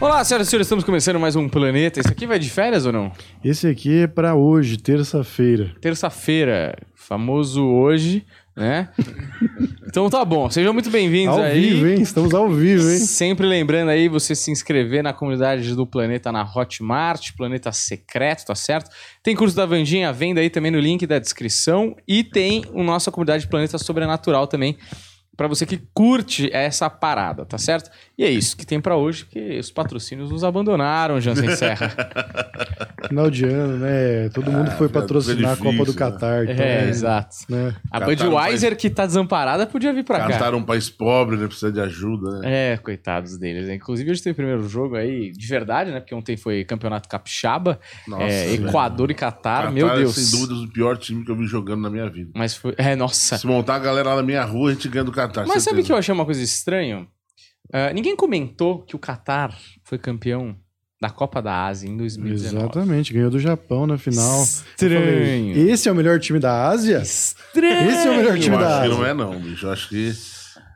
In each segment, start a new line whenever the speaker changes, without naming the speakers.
Olá, senhoras e senhores, estamos começando mais um Planeta. Esse aqui vai de férias ou não?
Esse aqui é pra hoje, terça-feira.
Terça-feira, famoso hoje, né? então tá bom, sejam muito bem-vindos
Ao
aí.
vivo, hein? Estamos ao vivo, hein?
Sempre lembrando aí você se inscrever na comunidade do Planeta na Hotmart, Planeta Secreto, tá certo? Tem curso da Vandinha à venda aí também no link da descrição e tem a nossa comunidade Planeta Sobrenatural também pra você que curte essa parada, tá certo? E é isso que tem pra hoje, porque os patrocínios nos abandonaram, Jansen Serra.
Final de ano, né? Todo mundo foi
fica
patrocinar a Copa
difícil,
do
né?
Catar. então,
é, exato.
né?
A
Cataram
Budweiser, que tá desamparada, podia vir pra cá.
Cantaram um país pobre, né? Precisa de
tá
ajuda, né?
É, coitados deles. né? Inclusive, hoje tem o primeiro jogo aí, de verdade, né? Porque ontem foi campeonato capixaba, é,
velho.
Equador e Catar,
Catar
meu
é,
Deus.
Sem dúvidas, o pior time que eu vi jogando na minha vida.
Mas foi. É, nossa.
Se montar a galera lá na minha rua, a gente ganha do Catar.
Mas sabe
certeza.
que eu achei uma coisa estranha? Ah, ninguém comentou que o Catar foi campeão da Copa da Ásia em 2019.
Exatamente, ganhou do Japão na final. Eu falei,
Estranho.
Esse é o melhor time da Ásia?
Estranho.
Esse é o melhor time
Eu
da
acho que
Ásia.
não é, não, bicho. Eu acho que.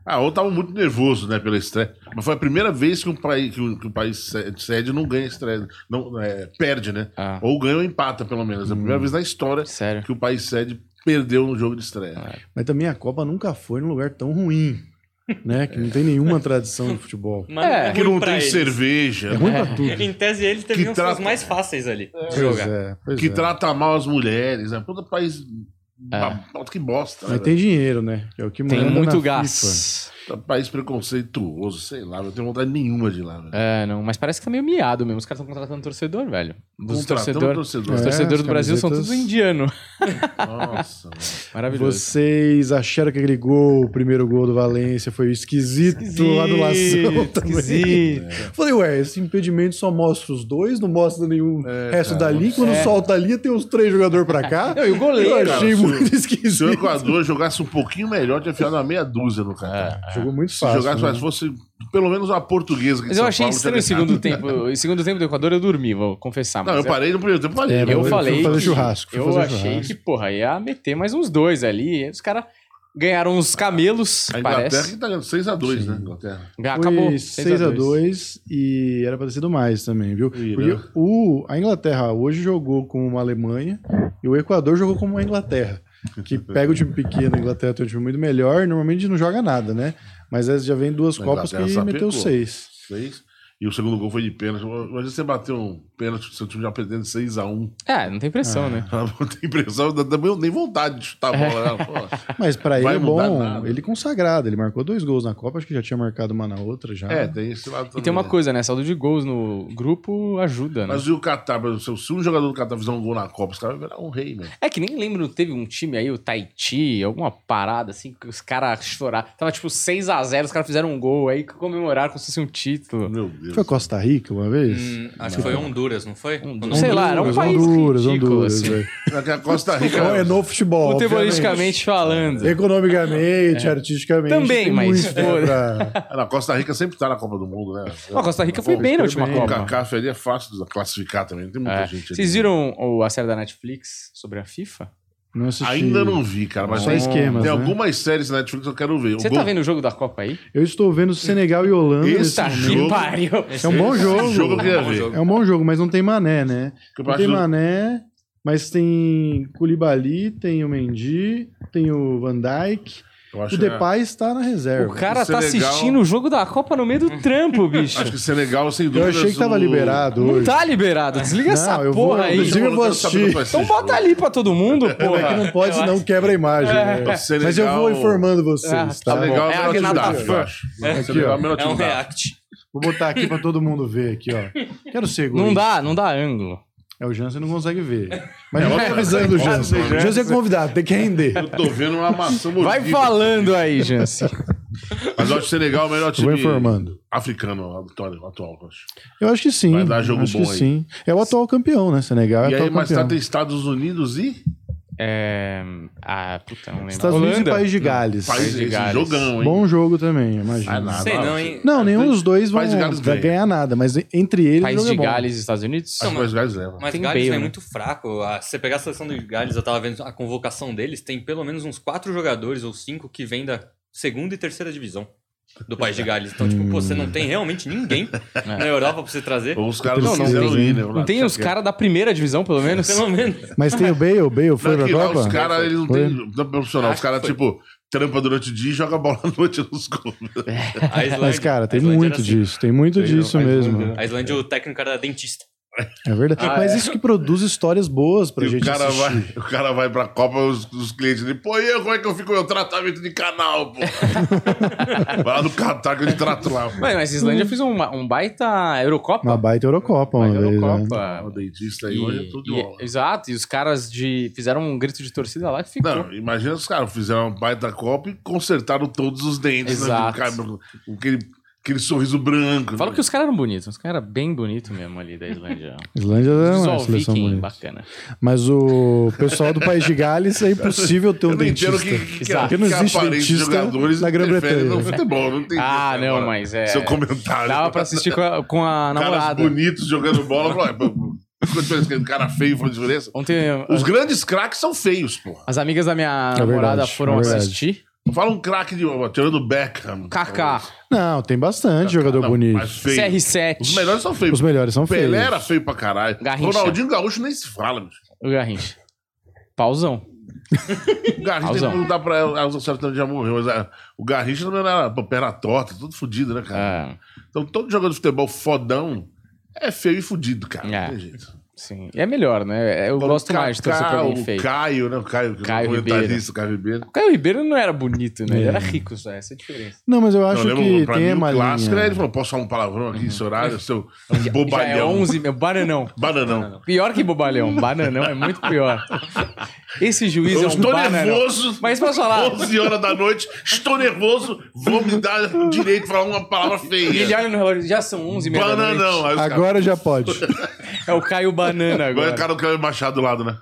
Ah, ou tava muito nervoso, né, pela estreia. Mas foi a primeira vez que um país, que um, que um país sé- sede não ganha estreia. Não, é, perde, né?
Ah,
Ou ganha ou empata, pelo menos. É a
Hum.
primeira vez na história
sério.
que o país sede perdeu no jogo de estreia.
Mas também a Copa nunca foi num lugar tão ruim, né? Que não tem nenhuma tradição de futebol.
Mas
É,
ruim
que não
pra
tem
eles.
cerveja,
É ruim pra tudo.
Em tese, eles teriam
trata-
os mais fáceis ali. de
Pois
jogar.
é, pois
que
é.
trata mal as mulheres, né? Puta país.
É.
ba- Que bosta, né?
Mas tem dinheiro, né? Que é o que
Tem
manda
muito
na FIFA.
gás.
velho? Tá País preconceituoso, sei lá, eu não tenho vontade nenhuma de ir lá, velho.
É, não, mas parece que tá meio miado mesmo. Os caras estão contratando um torcedor, velho. Os
Contratando
torcedor, É.
torcedor.
os
É,
torcedores
as
do Brasil são
camisetas.
todos indianos.
Nossa, mano.
Maravilhoso.
Vocês acharam que aquele gol, o primeiro gol do Valência, foi esquisito, a anulação também?
esquisito.
Falei, ué, esse impedimento só mostra os dois, não mostra nenhum resto da linha. Quando
É.
solta a linha, tem os três jogadores pra cá.
Não, e o goleiro,
Eu achei
cara,
muito
Se o
esquisito.
Equador jogasse um pouquinho melhor, tinha enfiado uma meia dúzia no cara.
É.
Jogou muito
Se
fácil.
jogasse,
né?
mas fosse pelo menos uma portuguesa. que
Mas
São
eu achei
Paulo
estranho o
tinha ganhado.
segundo tempo. O segundo tempo do Equador eu dormi, vou confessar.
Não,
mas
eu parei no primeiro tempo, parei.
É,
Eu
Foi
falei.
fazer
que-
churrasco, foi
Eu
fazer
achei
churrasco.
que, porra, ia meter mais uns dois ali. e Os caras ganharam uns camelos,
A Inglaterra
parece.
que tá ganhando 6x2, né? Inglaterra.
Ga- Ah, Acabou.
Foi
6
6 a 2 e era pra ter sido mais também, viu?
Ih,
Porque
né?
o, a Inglaterra hoje jogou com uma Alemanha e o Equador jogou com uma Inglaterra. Que pega o time pequeno, a Inglaterra tem um time muito melhor, e normalmente não joga nada, né? Mas essa já vem duas
A
Copas que
Inglaterra só
meteu
pecou.
seis.
Seis. E o segundo gol foi de pênalti. Imagina você bater um pênalti, seu time já perdendo 6x1.
É, não tem
Ah,
pressão, né?
Não tem impressão, dá- dá nem vontade de chutar a bola. né? Pô,
Mas pra ele
Vai
é
mudar
bom,
nada.
ele consagrado, ele marcou dois gols na Copa, acho que já tinha marcado uma na outra já.
É, tem esse lado também.
E tem uma coisa, né? Saldo de gols no grupo ajuda, né?
Mas e o Catar? por exemplo, Se um jogador do Catar fizer um gol na Copa, os caras vão virar um rei, né?
É que nem lembro, teve um time aí, o Tahiti, alguma parada assim, que os caras choraram. Tava tipo 6x0, os caras fizeram um gol aí, que comemoraram como se fosse um título.
Meu Deus.
Foi Costa Rica uma vez? Hum,
Hum, acho que foi Honduras, não foi?
Honduras. Sei lá, era um país
Honduras,
ridículo,
Honduras,
assim.
velho.
É que a Costa Rica.
Então é no futebol. obviamente.
Futebolisticamente falando.
É.
Economicamente, artisticamente.
Também,
tem
mas
muito, né,
foda.
pra-
A Costa Rica sempre tá na Copa do Mundo, né?
A É Costa Rica foi
Pô,
bem na última
bem.
O
Copa.
Cacafe ali é fácil de classificar também, não tem muita
É.
gente ali.
Vocês viram o- a série da Netflix sobre a FIFA?
Não assisti.
Ainda não vi, cara, mas
Só
tem,
esquemas,
tem
né?
algumas séries na Netflix que eu quero ver. O
Você
gol-
tá vendo o jogo da Copa aí?
Eu estou vendo Senegal e Holanda.
Esse
nesse
Tá
momento.
que
jogo-
pariu!
É um bom jogo.
Esse jogo eu queria
Bom
ver.
jogo.
É um bom jogo, mas não tem mané, né?
que eu
Não
acho
tem
do-
mané, mas tem Culibali, tem o Mendy, tem o Van Dijk.
eu acho
O
que é-
Depay está na reserva.
O cara tá
Senegal-
assistindo o jogo da Copa no meio do trampo, bicho.
Acho que Senegal, sem
Eu
dúvida.
achei que tava liberado
Não
hoje.
tá liberado. Desliga essa
Não, eu
porra
vou-
É
aí.
eu Inclusive, vou assistir.
Então bota ali pra todo mundo,
É que
porra.
não pode, senão quebra a imagem. né?
Senegal-
Mas eu vou informando vocês,
Ah,
tá?
tá bom.
Legal,
É a
Tá é o melhor time
Renata
da FIFA,
Fã.
eu acho.
Aqui,
Senegal
ó.
é o melhor
É
time
um
da
react.
Vou botar aqui pra todo mundo ver aqui, ó. Quero ser egoísta.
Não dá, não dá ângulo.
É, o Jansen não consegue ver. Mas
É,
não tá
outra-
avisando o
outra-
Jansen.
outra-
O Jansen é convidado, tem que render.
Eu tô vendo uma maçã mordida.
Vai falando aí, Jansen.
Mas eu acho que Senegal é o melhor
Eu
time
vou informando.
africano atual, atual eu acho.
Eu acho que sim.
Vai dar jogo
acho
bom
que
aí.
sim. É o atual campeão, né? Senegal é
e
atual
aí, tá mais
campeão.
tarde, tem Estados Unidos e
É... Ah, puta, não lembro.
Estados Unidos e
Holanda?
País de Gales.
País
de
esse
Gales.
jogão, hein?
Bom jogo também, imagina.
Ah, nada.
Sei não, hein?
Não, nenhum dos dois vão
País de Gales
vai
ganha.
ganhar nada, mas entre eles. o
País
jogo
de
é bom.
Gales e Estados Unidos?
Acho que o País de Gales leva.
Mas
Tem
Gales
Bale,
é
né?
muito fraco. Ah, Se você pegar a seleção do Gales, eu tava vendo a convocação deles, tem pelo menos uns quatro jogadores ou cinco que vêm da segunda e terceira divisão. do país de Gales. Então, tipo, pô, você não tem realmente ninguém na Europa pra você trazer.
Ou os caras não,
Não, não
quiseram
tem.
ir, né?
é Não tem os caras da primeira divisão, pelo menos?
Pelo menos.
Mas tem o Bale, o Bale foi
Não,
pra
que lá
Copa?
os caras, eles não
Foi?
têm não é profissional. Os
Acho que
caras,
foi.
tipo, trampa durante o dia e joga a bola à noite nos clubes.
A Islândia,
Mas, cara, tem
a Islândia
muito
era assim.
disso, tem muito
Tem,
disso
mas
mesmo.
muito, né?
A Islândia, o técnico era dentista.
É verdade. Mas isso que produz histórias boas pra
Ah, E o
gente
cara,
assistir.
vai, o cara vai pra Copa, os, os clientes dele, pô, e eu, como é que eu fico com o meu tratamento de canal, pô? vai lá no Catar que eu te trato lá. pô.
Ué, mas a Islândia fez um, um baita Eurocopa.
Uma baita Eurocopa, uma
Baita
vez. né?
Eurocopa.
Ah, O dentista aí hoje é tudo de
E,
bola.
e, exato, e os caras de fizeram um grito de torcida lá que ficou.
Não, imagina os caras fizeram uma baita Copa e consertaram todos os dentes. né?
Exato.
Cara, com aquele, aquele sorriso branco.
Fala
né?
que os caras eram bonitos, os caras eram bem bonitos mesmo ali da Islândia.
Islândia é uma
Só o
seleção
Viking,
bonita.
bacana.
Mas o pessoal do País de Gales é impossível ter um
eu não entendo
dentista.
o que, que, que,
Exato.
que,
Porque não
que
existe
aparência de
dentista
jogadores
na
interfere
Grã-Bretanha.
no futebol. Não tem
Ah,
isso
não,
agora.
mas é-
Seu comentário.
Dava pra assistir com a, com a
Caras
namorada.
bonitos jogando bola. falou, "Ué, pô, Qual a diferença que um cara feio faz diferença?
Ontem
Os
as,
grandes craques são feios, porra.
as amigas da minha
É
namorada
verdade,
foram
é verdade.
assistir.
Fala um craque de. ó, Tirando o Beckham.
Kaká,
Não, tem bastante jogador
Não,
bonito.
mas feio. Os
CR7,
melhores são feios.
Os melhores são
Pelé
feios.
era feio pra caralho.
Garrincha.
Ronaldinho Gaúcho nem se fala, bicho.
o Garrincha. Pausão.
O Garrincha tem que
Pausão.
perguntar pra ela. A Elza também já morreu, mas ah, o Garrincha também era pô, perna torta, tudo fudido, né, cara?
Ah,
Então todo jogador de futebol fodão é feio e fudido, cara. Não
É.
tem jeito.
sim. E é melhor, né? Eu
Agora,
gosto
o
mais de torcer pra
Kaká,
alguém feio.
O Caio, né? O Caio, que
Caio
é o comentarista, o Caio Ribeiro.
O Caio Ribeiro não era bonito, né? Ele
É.
era rico só, essa é a diferença.
Não, mas eu acho
eu
que
lembro, pra
tem
mim,
uma
o clássico, né?
linha.
Ele falou, posso falar um palavrão aqui, esse horário, seu é um
Uhum. Já é
bobalhão.
11, meu, bananão.
Bananão.
Pior que bobalhão, bananão é muito pior. Esse juiz
Eu
é um
estou
bananão.
nervoso.
Mas posso falar?
11 horas da noite, estou nervoso, vou me dar direito de falar uma palavra
E ele
feia.
olha no relógio, já são 11 e meia da noite.
Bananão. Aí os caras-
Agora já pode.
É o Caio Banana
Agora é
agora.
o cara do Cleber Machado do lado, né?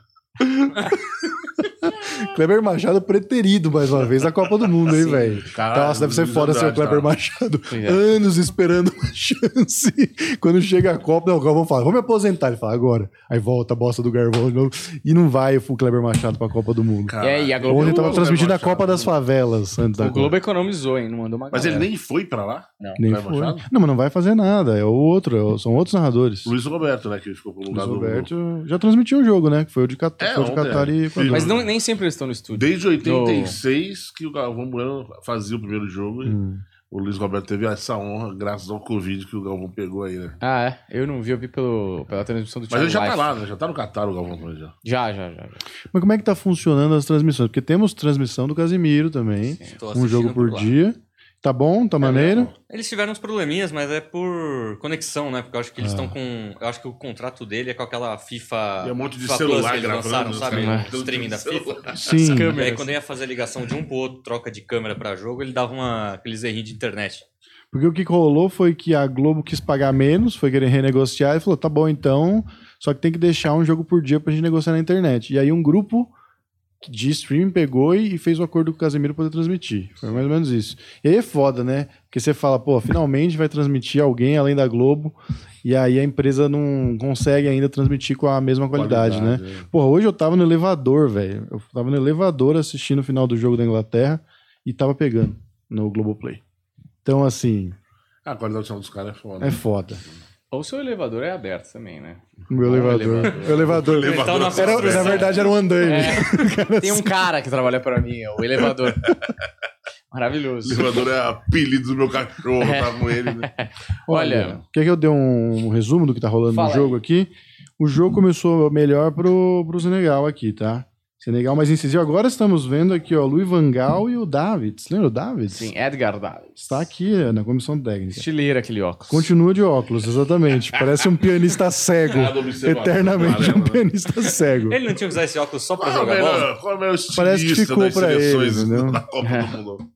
Kleber Machado preterido mais uma vez na Copa do Mundo, hein, velho?
Caralho,
Nossa, deve ser foda ser o
verdade,
Kleber
cara.
Machado.
Pois é.
Anos esperando uma chance. Quando chega a Copa, não, o Galvão fala, vamos me aposentar. Ele fala, agora. Aí volta a bosta do Garvão de novo. E não vai o Kleber Machado pra Copa do Mundo.
E aí, a Globo,
Ontem tava
é o
transmitindo a
Kleber
Copa
Machado.
das Favelas antes da
o Globo
Copa.
economizou, hein? Não mandou uma
Ah,
Mas ele
é.
nem foi pra lá?
Nem
Kleber
foi.
Machado?
Não, mas não vai fazer nada. É o outro, é o- são outros narradores.
Luiz Roberto, né? Que ficou pelo
Luiz
lugar do...
Roberto já transmitiu um jogo, né? Que foi o de Catar,
É,
foi o de
ontem,
Catar
é.
e Equador.
Mas não- nem sempre eles estão no estúdio.
Desde 86 que o Galvão Bueno fazia o primeiro jogo. e
Hum.
O Luiz Roberto teve essa honra graças ao Covid que o Galvão pegou aí, né?
Ah, é? Eu não vi, eu vi pelo, pela transmissão do
Mas
Thiago
ele já tá
Leifert.
lá, né? Já tá no Catar o Galvão Bueno já.
Já, já, já. já.
Mas como é que tá funcionando as transmissões? Porque temos transmissão do Casimiro também,
Tô
um
assistindo
jogo por
lá.
dia. Tá bom? Tá maneiro?
Eles tiveram uns probleminhas, mas é por conexão, né? Porque eu acho que eles estão com. Eu acho que o contrato dele é com aquela FIFA.
E um monte de
FIFA
celular
que eles
gravando, né?
lançaram,
os
sabe?
Né?
caras-
O streaming da FIFA.
Sim.
Câmera.
E aí,
Câmeras.
quando ia fazer a ligação de um pro outro, troca de câmera pra jogo, ele dava uma, aqueles errinhos de internet.
Porque o que rolou foi que a Globo quis pagar menos, foi querer renegociar e falou: tá bom, então. Só que tem que deixar um jogo por dia pra gente negociar na internet. E aí um grupo de streaming pegou e e fez um acordo com o Casemiro pra poder transmitir. Foi mais ou menos isso. E aí é foda, né? Porque você fala, pô, finalmente vai transmitir alguém além da Globo. E aí a empresa não consegue ainda transmitir com a mesma qualidade, né?
né?
Porra, hoje eu tava no elevador, velho. Eu tava no elevador assistindo o final do jogo da Inglaterra e tava pegando no Globoplay. Então, assim,
A qualidade do som dos caras é foda.
é foda.
Ou seu elevador é aberto também, né?
O meu
Bom
Ah, elevador.
elevador.
Meu elevador.
Então, na
Era- na
conversa-
verdade, era um andaime.
É, Tem
assim.
um cara que trabalha pra mim, é o elevador.
O
Maravilhoso.
elevador é apelido do meu cachorro,
É.
tá com ele, né?
Olha,
Quer que eu dê um resumo do que tá rolando
Fala
no jogo aqui? O jogo começou melhor pro, pro Senegal aqui, tá? Senegal mais incisivo. Agora estamos vendo aqui, ó, Luiz Vangal e o Davids. Lembra o Davids?
sim, Edgar Davids.
Está aqui é, na comissão técnica.
Estileira aquele óculos.
Continua de óculos, exatamente. Parece um pianista cego.
Nada observador.
Eternamente um
Amarelo, né?
pianista cego.
Ele não tinha que usar esse óculos só pra
Qual é o
jogar bola?
melhor- Qual é o melhor estilista
Parece que ficou
das
pra
seleções
ele, entendeu?
da Copa do Mundo?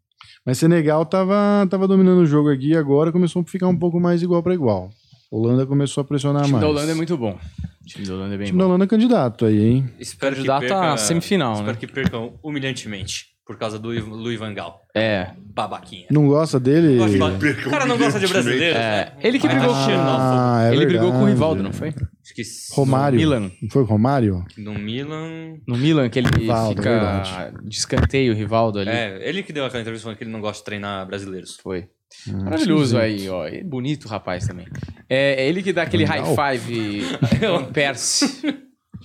Mas Senegal tava, tava dominando o jogo aqui e agora começou a ficar um pouco mais igual para igual. Holanda começou
O
a pressionar
time
mais.
da Holanda é muito bom. O time da Holanda é
O
bem
time da
bom.
Holanda é candidato aí, hein?
Espero que
Candidato
perca...
à semifinal,
Espero
né?
que percam humilhantemente por causa do Iv- Luiz Vangal.
É.
Babaquinha.
Não gosta dele?
Gosto de-
Perca
o cara não gosta de
humilhantemente.
brasileiros,
É.
né?
Ele que
Mas
brigou
tá
com-
xenófobo.
Ah, é
Ele brigou com o
verdade.
Rivaldo, não foi?
Esqueci.
Romário.
Milan.
Não foi o Romário?
No Milan...
No Milan, que ele
Rivaldo,
fica
verdade.
de escanteio, Rivaldo ali.
É, ele que deu aquela entrevista falando que ele não gosta de treinar brasileiros.
Foi. Maravilhoso aí, ó. E bonito, rapaz, também. É, é ele que dá aquele
Legal.
high five Van Persie.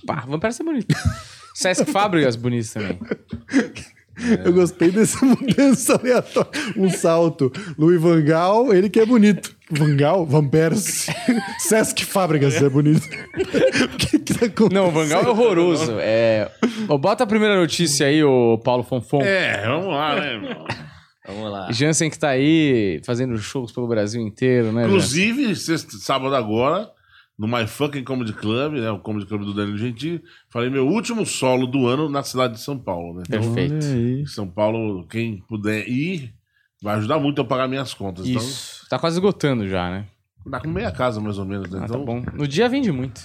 Pá, Van Persie é bonito. Sesc Fábricas, bonito também. É.
Eu gostei dessa mudança aleatória. Um salto. Louis Van Gaal, ele que é bonito. Van Gaal, Van Persie. Sesc Fábricas é bonito. O que que tá acontecendo?
Não, o Vangal é horroroso. É... Ô, bota a primeira notícia aí, o Paulo Fonfon.
É, vamos lá, né? irmão?
Vamos lá.
Jansen que tá aí fazendo shows pelo Brasil inteiro, né? Jansen?
Inclusive, sexta, sábado agora, no My Fucking Comedy Club, né? O Comedy Club do Danilo Gentili, falei meu último solo do ano na cidade de São Paulo, né? Então,
Perfeito.
Olha aí.
em São Paulo, quem puder ir, vai ajudar muito eu pagar minhas contas.
Isso. Tá quase esgotando já, né?
Então, dá com meia casa, mais ou menos, né?
Ah, tá
Então,
bom. No dia vende muito.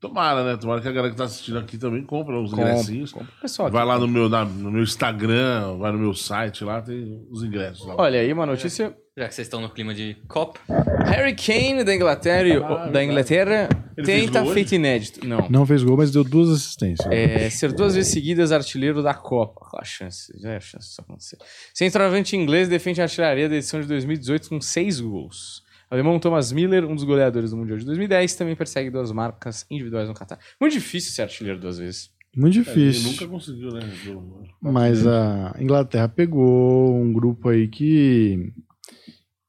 tomara, né? Tomara que a galera que tá assistindo aqui também compra uns
Compra,
ingressinhos.
compra. Pessoal, aqui.
Vai lá no meu, na- no meu Instagram, vai no meu site lá, tem os ingressos lá.
Olha aí uma notícia.
Já que vocês estão no clima de Copa,
Harry Kane da Inglaterra, da Inglaterra
Ah, Ele fez
tenta
gol hoje?
feito inédito. Não.
Não fez gol, mas deu duas assistências.
É, ser duas vezes seguidas artilheiro da Copa. Qual a chance? Já é a chance disso acontecer. Centroavante inglês defende a artilharia da edição de 2018 com seis gols. O alemão Thomas Miller, um dos goleadores do Mundial de 2010, também persegue duas marcas individuais no Catar. Muito difícil ser artilheiro duas vezes.
Muito
Ele
difícil.
É, nunca conseguiu, né? pelo-
Mas a Inglaterra pegou um grupo aí que.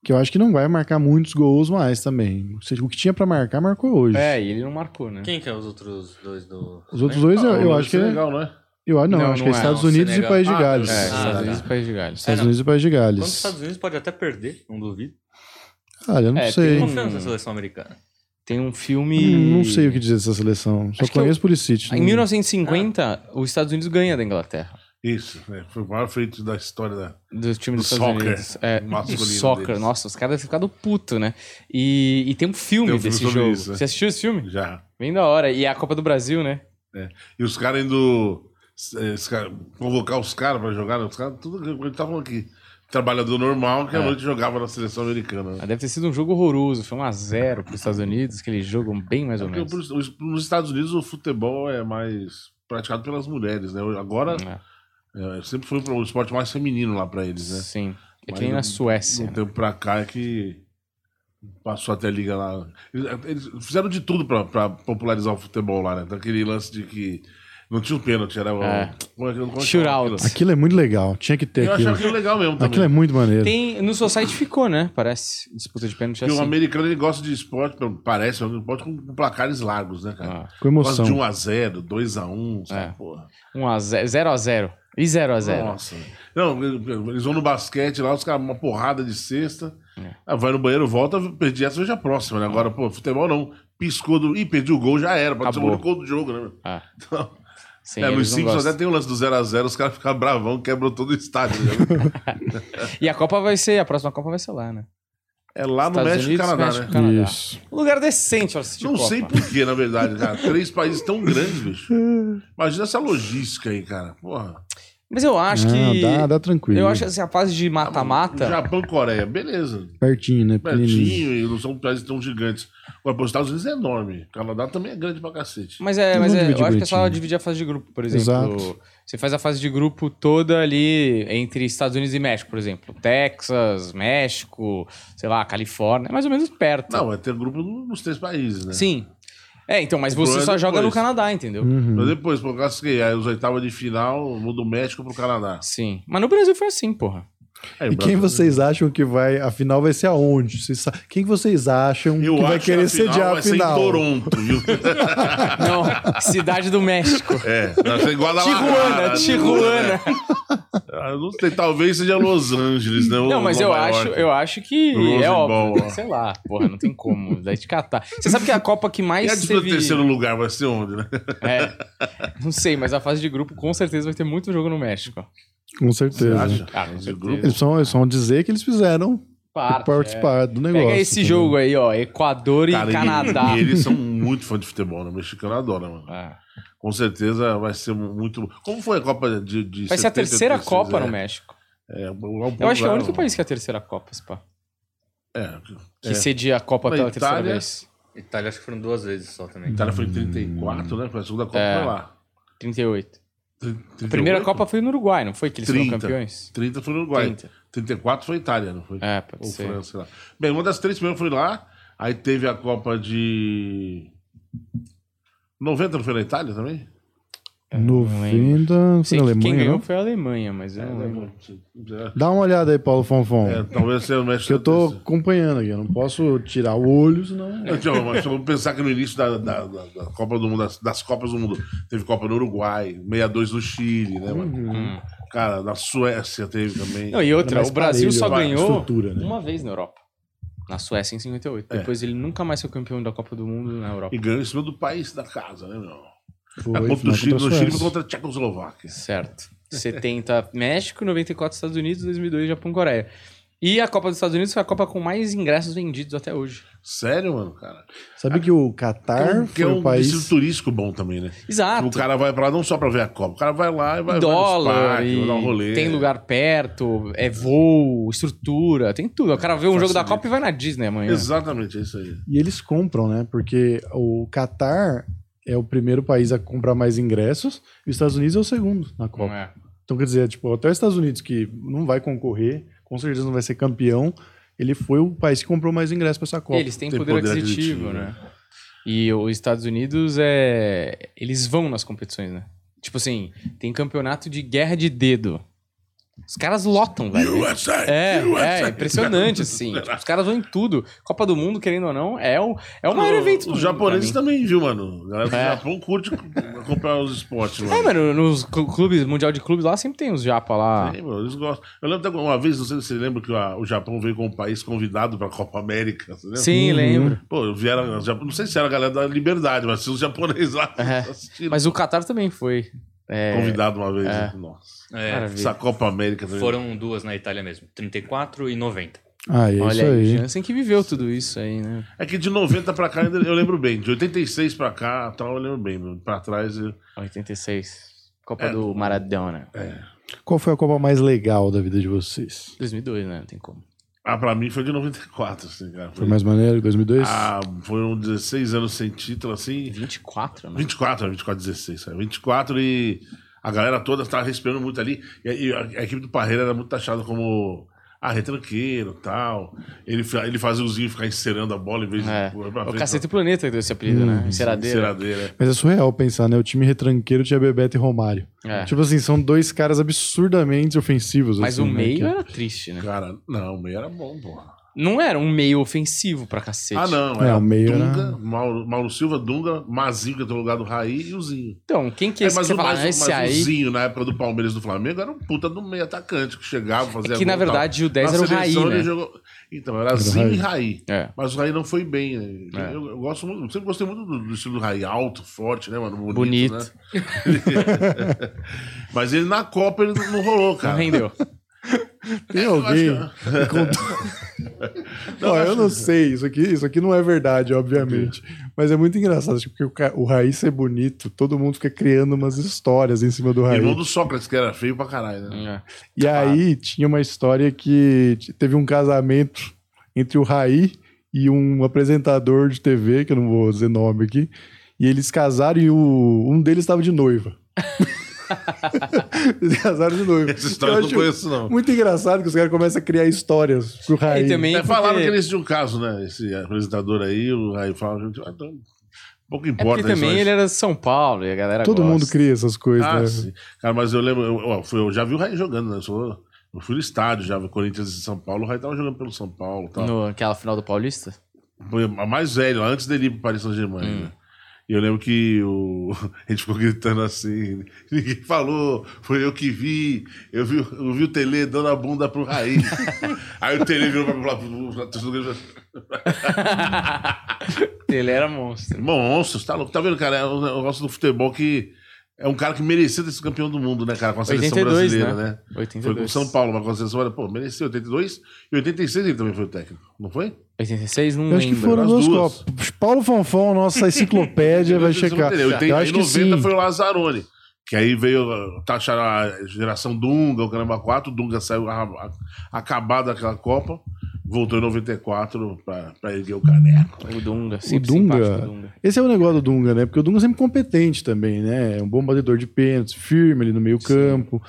que eu acho que não vai marcar muitos gols mais também. Ou seja, o que tinha pra marcar, marcou hoje.
É, e ele não marcou, né?
quem que é os outros dois do.
Os outros dois, eu,
Ah,
eu
o
acho que. é-
Senegal, né?
Eu acho- não,
Não, não
acho que
é,
é Estados
não,
Unidos e
Senegal.
País de
Ah,
Gales.
É,
Ah,
Estados
tá.
Unidos e País de Gales.
É,
Estados
não.
Unidos e País de
Quando os
Gales.
Estados Unidos pode até perder, não duvido.
Cara, eu não
É, tem
sei.
um-
Confiança na seleção americana.
Tem um filme.
Hum, Não sei o que dizer dessa seleção. Só
Acho que
conheço por City.
Em 1950, os Estados Unidos ganha da Inglaterra.
Isso, né? foi o maior feito da história da.
Do time
Do
dos Estados
soccer.
Unidos. É,
O
do
masculino
soccer.
deles.
Nossa, os caras ficaram puto, né? E, e tem um filme
Tem um filme
desse
sobre
jogo.
isso, é.
Você assistiu esse filme?
Já.
Bem da hora. E é a Copa do Brasil, né?
E os caras indo. eh, os cara- convocar os caras pra jogar, né? os caras, tudo que a gente tá falando aqui. Trabalhador normal
É.
que à noite jogava na seleção americana. né?
Mas deve ter sido um jogo horroroso. Foi 1x0 pros Estados Unidos, que eles jogam bem mais ou
É Porque
menos.
por- os- nos Estados Unidos o futebol é mais praticado pelas mulheres, né? Agora
É,
Hum.
eh, sempre foi o esporte mais feminino lá pra eles, né?
sim. É
Mas
que nem
não-
na Suécia.
um
né?
tempo pra cá é que passou até a liga lá. Eles, eles fizeram de tudo pra, pra popularizar o futebol lá, né? Daquele lance de que não tinha o pênalti, era o.
É.
como é que- como é que chama
Shootout.
aquilo?
Aquilo é muito legal. Tinha que ter
Eu achava
aquilo.
aquilo legal mesmo também.
Aquilo é muito maneiro.
Tem, no Society ficou, né? Parece. Disputa de pênalti
Porque o
assim.
americano ele gosta de esporte, pelo- parece, um esporte com, com placares largos, né, cara?
Ah,
Com
Gosta
emoção.
de 1x0, 2x1, sabe,
É.
porra.
1x0. 0x0. E 0x0.
Nossa. Não, eles vão no basquete lá, os caras, uma porrada de cesta.
É.
Ah, vai no banheiro, volta, perdi essa, veja a próxima, né? Agora, pô, futebol não. Piscou do. Ih, perdi o gol, já era. Pode ser o
Acabou.
único gol do jogo, né? meu?
Ah.
Então,
Sim,
é, nos
eles não
Simpsons
gostam.
até tem um lance do 0x0, os caras ficam bravão, quebram todo o estádio. né?
E a Copa vai ser, a próxima Copa vai ser lá, né?
É lá no
Estados
México e
Unidos,
Canadá,
México,
né?
Canadá.
Isso.
Um lugar decente pra assistir
Não
Copa.
sei porquê, na verdade, cara. Três países tão grandes, bicho. Imagina essa logística aí, cara. Porra.
Mas eu acho
Não,
que.
dá, dá tranquilo.
Eu acho assim, a fase de
O
mata-mata.
Japão e Coreia, beleza.
Pertinho, né? Pequenininho.
Pertinho, É, e não são países tão gigantes. Agora, pô, os Estados Unidos é enorme. O Canadá também é grande pra cacete.
Mas é,
Eles
mas
vão
é, eu
dividir
acho que é só
bonitinho.
dividir a fase de grupo, por exemplo.
Exato.
Você faz a fase de grupo toda ali entre Estados Unidos e México, por exemplo. Texas, México, sei lá, Califórnia, é mais ou menos perto.
Não, é ter grupo nos três países, né?
Sim. É, então, mas
O problema
você só
é
joga no
depois.
Canadá, entendeu?
Hum. Uhum.
Mas depois, por causa que aí os oitavas de final, muda o México pro Canadá.
Sim. Mas no Brasil foi assim, porra.
Aí,
E quem
Brasil-
vocês acham que vai. A final vai ser aonde? Vocês sa- Quem que vocês acham
Eu
que vai
acho
querer
que a
sediar a
vai ser em
final?
Toronto, viu?
Não, Cidade do México.
é, vai ser em
Tijuana,
Guadalajara. É,
Tijuana.
né? Ah, não sei, talvez seja Los Angeles, né?
Não, mas eu acho, eu acho que
Rosenball,
é óbvio.
ó.
Sei lá, porra, não tem como. Daí te catar. Você sabe que a Copa que
E a
mais
disputa do
teve...
terceiro lugar vai ser onde, né?
É, não sei, mas a fase de grupo com certeza vai ter muito jogo no México.
Com
Você
certeza.
acha?
Ah, com
Esse
certeza.
É grupo.
Eles só, eles só vão dizer que eles fizeram
Parte,
participar do
é.
negócio.
Pega esse
entendeu?
jogo aí, ó, Equador e
Cara, e-
Canadá.
E, eles são muito fãs de futebol, né? O mexicano adora, mano.
Ah,
Com certeza vai ser muito. Como foi a Copa de. de
Vai ser a
76,
terceira Copa
é?
no México.
É, lá um
Eu acho que é o
lá,
único
mano.
país que é a terceira Copa, se pá.
É.
Que
É.
cedia a Copa
Na
pela terceira
Itália-
vez.
Itália acho que foram duas vezes só
A
também.
Itália foi em 34, né? Foi a segunda Copa
É.
foi lá.
38. A É. primeira Copa foi no Uruguai, não foi que eles foram
30.
campeões?
30 foi no Uruguai.
30.
34 foi Itália, não foi?
É, pode
Ou
ser.
França, sei lá. Bem, uma das três primeiras foi lá. Aí teve a Copa de. 90 não foi na Itália também?
É, não lembro.
90, foi
Sei
na
que quem
Alemanha,
ganhou
não?
foi a Alemanha, mas eu não lembro.
Dá uma olhada aí, Paulo Fonfon.
É, talvez seja o México.
que eu tô acompanhando aqui, eu não posso tirar o olho, senão...
É.
Não, Tiago, mas vamos pensar que no início da, da- da- da Copa do Mundo, das, das Copas do Mundo, teve Copa no Uruguai, 62 no Chile, né, mano? Cara, na Suécia teve também.
Uhum. Não, e outra,
mais
o Brasil
parelho,
só
vai,
ganhou
estrutura, né?
uma vez na Europa. Na Suécia em 58.
É.
Depois ele nunca mais foi campeão da Copa do Mundo na Europa.
E ganhou em cima do país da casa, né, meu?
Foi,
Na
final
contra o Chile,
contra a
no Chile
Suécia.
contra a Tchecoslováquia.
Certo. 70 México, 94 Estados Unidos, 2002 Japão e Coreia. E a Copa dos Estados Unidos foi a Copa com mais ingressos vendidos até hoje.
Sério, mano, cara?
Sabe que o Catar
Que é
foi
um
o país...
destino turístico bom também, né?
Exato.
O cara vai pra lá não só pra ver a Copa, o cara vai lá e vai, vai nos
dólar,
parques, vai dar um
e
rolê.
tem lugar perto, é voo, estrutura, tem tudo. O cara vê um jogo da
Facilita.
Copa e vai na Disney amanhã.
Exatamente, é isso aí.
E eles compram, né? Porque o Catar é o primeiro país a comprar mais ingressos e os Estados Unidos é o segundo na Copa.
Não é?
Então, quer dizer, tipo, até os Estados Unidos, que não vai concorrer, com certeza não vai ser campeão, ele foi o país que comprou mais ingressos pra essa Copa.
Eles têm
Tem
poder,
poder
aquisitivo,
aquisitivo,
né? E os Estados Unidos, é... eles vão nas competições, né? Tipo assim, tem campeonato de guerra de dedo. Os caras lotam, velho.
USA!
É,
USA.
é impressionante, assim. Tipo, os caras vão em tudo. Copa do Mundo, querendo ou não, é o, é o maior
O-
evento do
Os
mundo
japoneses
pra
também, viu, mano? A galera do
É.
Japão curte acompanhar os esportes,
mim.
mano.
É, mano, nos cl- clubes, Mundial de Clubes lá, sempre tem os japa lá.
Sim, mano, eles gostam. Eu lembro até uma vez, não sei se você lembra, que a- o Japão veio como país convidado pra Copa América. Você lembra?
Sim,
Uhum.
lembro.
Pô, vieram. os japo- Não sei se era a galera da Liberdade, mas se os japoneses lá
É.
assistiram.
Mas o Qatar também foi. É,
Convidado uma vez.
É.
né? Nossa.
É,
maravilha.
Essa Copa América também.
foram duas na Itália mesmo, 34 e 90.
Ah, é isso
Olha aí,
aí.
Jansen que viveu tudo isso aí, né?
É que de 90 pra cá ainda eu lembro bem. De 86 pra cá, tal, eu lembro bem. meu. Pra trás. eu-
86. Copa
É.
do Maradona.
Qual foi a Copa mais legal da vida de vocês?
2002, né? Não tem como.
Ah, pra mim foi de 94, assim, cara.
Foi mais maneiro, 2002?
Ah, foram 16 anos sem título, assim.
24, né?
24, era 24, 16, sabe? 24 e a galera toda estava respirando muito ali. E a, e a- a equipe do Parreira era muito taxada como ah, retranqueiro e tal. Ele, fa- ele fazia o Zinho ficar encerando a bola em vez de.
É.
pôr pra
O
frente,
Cacete Planeta que deu esse apelido,
Hum,
né?
pra-
Enceradeira.
enceradeira.
Mas é surreal pensar, né? O time retranqueiro tinha Bebeto e Romário.
É.
Tipo assim, são dois caras absurdamente ofensivos.
Mas
assim,
o
né,
um meio
que-
era triste, né?
Cara, não, o meio era bom, porra.
Não era um meio ofensivo pra cacete.
Ah, não,
É,
era
o meio era-
Dunga, Mauro, Mauro Silva, Dunga, Mazinho, que entrou no lugar do Raí, e o Zinho.
Então, quem que é
É,
esse que
mas,
você
o,
fala?
mas,
"Ah,
o-
esse
mas o
aí.
Zinho, na época do Palmeiras e do Flamengo, era um puta do meio atacante que chegava, fazia.
É que na
gol e tal.
verdade o 10 era o
tá?" Na
Raí,
seleção, ele
né?
jogou- Então, era Zinho
Raí.
e Raí.
É.
Mas o Raí não foi bem, né?
É.
Eu, eu gosto muito, eu sempre gostei muito do, do estilo do Raí, alto, forte, né, mano? Bonito.
Bonito.
né? Mas ele na Copa ele não rolou,
Não
cara.
rendeu.
Tem
Eu
alguém
acho
que contou- Ó, eu não sei, isso aqui, isso aqui não é verdade, obviamente. Mas é muito engraçado, tipo, porque o, ca- o Raí ser bonito, todo mundo fica criando umas histórias em cima do Raí.
Irmão do Sócrates, que era feio pra caralho,
É.
né?
E aí tinha uma história que t- teve um casamento entre o Raí e um apresentador de TV, que eu não vou dizer nome aqui, e eles casaram e o- um deles estava de noiva. eles casaram de noiva. Então,
Essa história eu não
acho
conheço, não.
Muito engraçado que os caras começam a criar histórias pro Raí.
E também.
É, falaram
porque-
que eles tinham um caso, né? Esse apresentador aí, o Raí falava, gente, ah, então, pouco
É
importa
porque
isso,
também
mas-
ele era de São Paulo e a galera.
Todo
gosta.
mundo cria essas coisas,
É Ah,
né?
sim. Cara, mas eu lembro, eu, ó, fui- eu já vi o Raí jogando, né? Eu, sou- eu fui no estádio, já vi Corinthians e São Paulo, o Raí tava jogando pelo São Paulo e tal.
No, aquela final do Paulista?
Foi a mais velha, antes dele ir pro Paris Saint-Germain. né? E eu lembro que o... a gente ficou gritando assim, ninguém falou, foi eu que vi, eu vi, eu vi o Tele dando a bunda pro Raí. Aí o Tele virou pra- pra pra- pra-
Ele era monstro.
Irmão, Monstro, você tá louco? Tá vendo, cara? É um negócio do futebol que é um cara que merecia ter sido campeão do mundo, né, cara? Com a seleção
82,
brasileira,
né?
né? Foi
82.
com o São Paulo, mas com a seleção, olha, pô, merecia 82 e 86 ele também foi o técnico, não foi?
86, não
Eu acho
lembro.
que foram
as
duas
duas.
copas. Paulo Fonfon, nossa enciclopédia, vai checar.
Eu,
Eu acho
em 90
que sim.
foi o Lazzaroni. Que aí veio uh, taxaram a geração Dunga, o Caramba 4, o Dunga saiu a- a- acabado daquela Copa. voltou em 94 pra, pra erguer o caneco.
O Dunga,
sempre
o Dunga.
simpático, o Esse é o negócio do Dunga, né? Porque o Dunga é sempre competente também, né? É um bom batedor de pênaltis, firme ali no meio campo.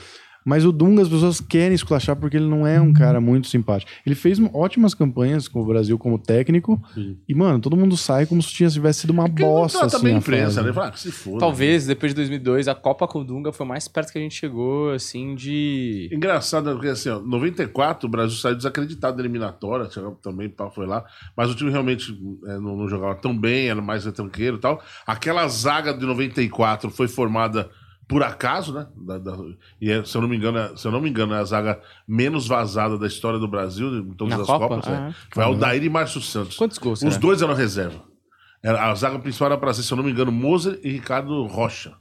Mas o Dunga as pessoas querem esculachar porque ele não é um cara muito simpático. Ele fez um- ótimas campanhas com o Brasil como técnico.
Sim.
E, mano, todo mundo sai como se tivesse tivesse sido uma
Porque não
bosta,
trata
assim,
bem
a
a imprensa,
fase.
né? Fala, ah, se foda.
Talvez, depois de 2002, a Copa com o Dunga foi o mais perto que a gente chegou, assim, de...
Engraçado, porque assim, ó, 94 o Brasil saiu desacreditado da eliminatória, chegou também pá, foi lá, mas o time realmente é, não, não jogava tão bem, era mais retranqueiro e tal. Aquela zaga de 94 foi formada por acaso, né? Da- da- e é, se eu não me engano, é, se eu não me engano, é a zaga menos vazada da história do Brasil, em todas
Na
as
Copa?
Copas, né?
Ah,
Foi Aldair e Márcio Santos.
Quantos gols
Os
será?
dois eram reserva. Era- a zaga principal era pra ser, se eu não me engano, Moser e Ricardo Rocha.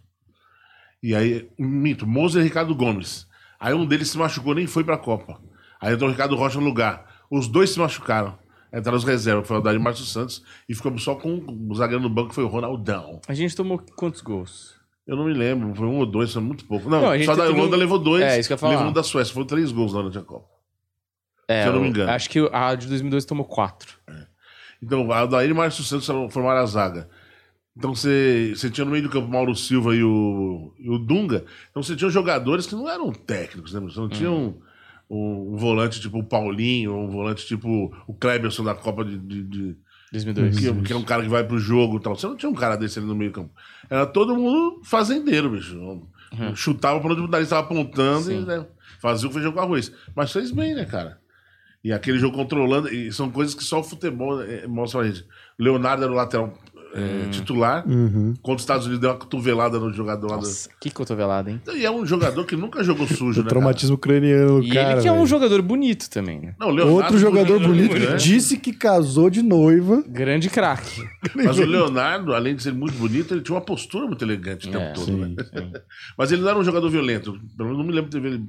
E aí, mito, Moser e Ricardo Gomes. Aí um deles se machucou, nem foi pra Copa. Aí entrou o Ricardo Rocha no lugar. Os dois se machucaram. Entraram os reservas, foi o Dari Márcio Santos. E ficamos só com o zagueiro no banco, que foi o Ronaldão.
A gente tomou quantos gols?
Eu não me lembro, foi um ou dois, foi muito pouco. Não,
Não, a gente
só da
teve
Holanda
um-
levou dois.
É, isso que eu ia falar.
Levou um da Suécia, foram três gols na hora da Copa.
É,
Se eu não me engano.
Acho que a de 2002 tomou quatro.
Então, Aldair e Márcio Santos formaram a zaga. Então, você você tinha no meio do campo o Mauro Silva e o, e o Dunga. Então, você tinha jogadores que não eram técnicos, né? meu? Você não tinha um, um, um volante tipo o Paulinho, um volante tipo o Kleberson da Copa de- de- de,
2002.
Uhum.
que, que é um cara que vai pro jogo e tal. Você não tinha um cara desse ali no meio campo. Era todo mundo fazendeiro, bicho.
Uhum.
Chutava pra onde o Dario estava apontando e
Sim.
né, fazia o feijão com arroz. Mas fez bem, né, cara? E aquele jogo controlando, e são coisas que só o futebol eh, mostra pra gente. Leonardo era o lateral eh, titular,
Uhum.
quando os Estados Unidos deu uma cotovelada no jogador lá.
Nossa, que cotovelada, hein?
do- E é um jogador que nunca jogou sujo,
O
né? cara?
traumatismo ucraniano do
E
cara.
ele que é um
velho.
jogador bonito também, né?
Não, o Leonardo
Outro jogador bonito
né?
que disse que casou de noiva.
Grande craque.
Mas o Leonardo, além de ser muito bonito, ele tinha uma postura muito elegante o tempo
É,
todo,
sim,
né? Mas ele não era um jogador violento. Pelo menos não me lembro de ter visto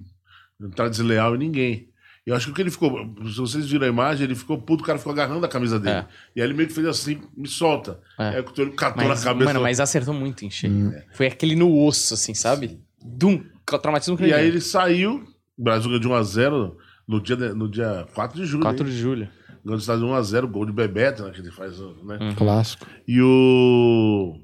ele estar desleal em ninguém. E eu acho que o que ele ficou. Se vocês viram a imagem, ele ficou puto, o cara ficou agarrando a camisa dele.
É.
E aí ele meio que fez assim, me solta.
É.
Aí o ele catou
Mas,
na cabeça.
mano, mas acertou muito em cheio.
Hum.
Foi aquele no osso, assim, sabe? Dum, traumatismo
E aí
craniano.
ele saiu, o Brasil ganhou de 1x0 no dia, de- no dia 4 de julho.
4
né?
de julho.
Ganhou dos Estados Unidos 1x0, gol de Bebeto, né, que ele faz. Né?
Hum.
Clássico.
E o.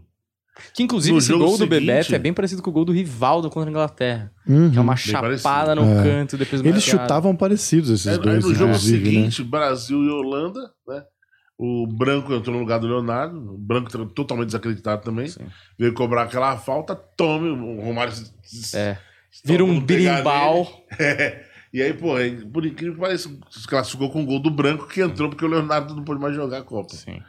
Que inclusive
No
esse
jogo
gol do
seguinte-
Bebeto é bem parecido com o gol do Rivaldo contra a Inglaterra.
Uhum.
Que é uma
parecido.
chapada no
É.
canto, depois uma
Eles
enfiada.
chutavam parecidos esses
Aí, aí
dois,
É, no jogo
inclusive, né?
seguinte, Brasil e Holanda, né? O Branco entrou no lugar do Leonardo, o Branco tra- totalmente desacreditado também.
Sim.
Veio cobrar aquela falta, tome, o Romário se- se-
É.
se-
Vira um
todo mundo pegar
birimbau.
nele. É. E aí, pô, aí, por incrível que pareça, se classificou com o gol do Branco que entrou porque o Leonardo não pôde mais jogar a Copa.
Sim.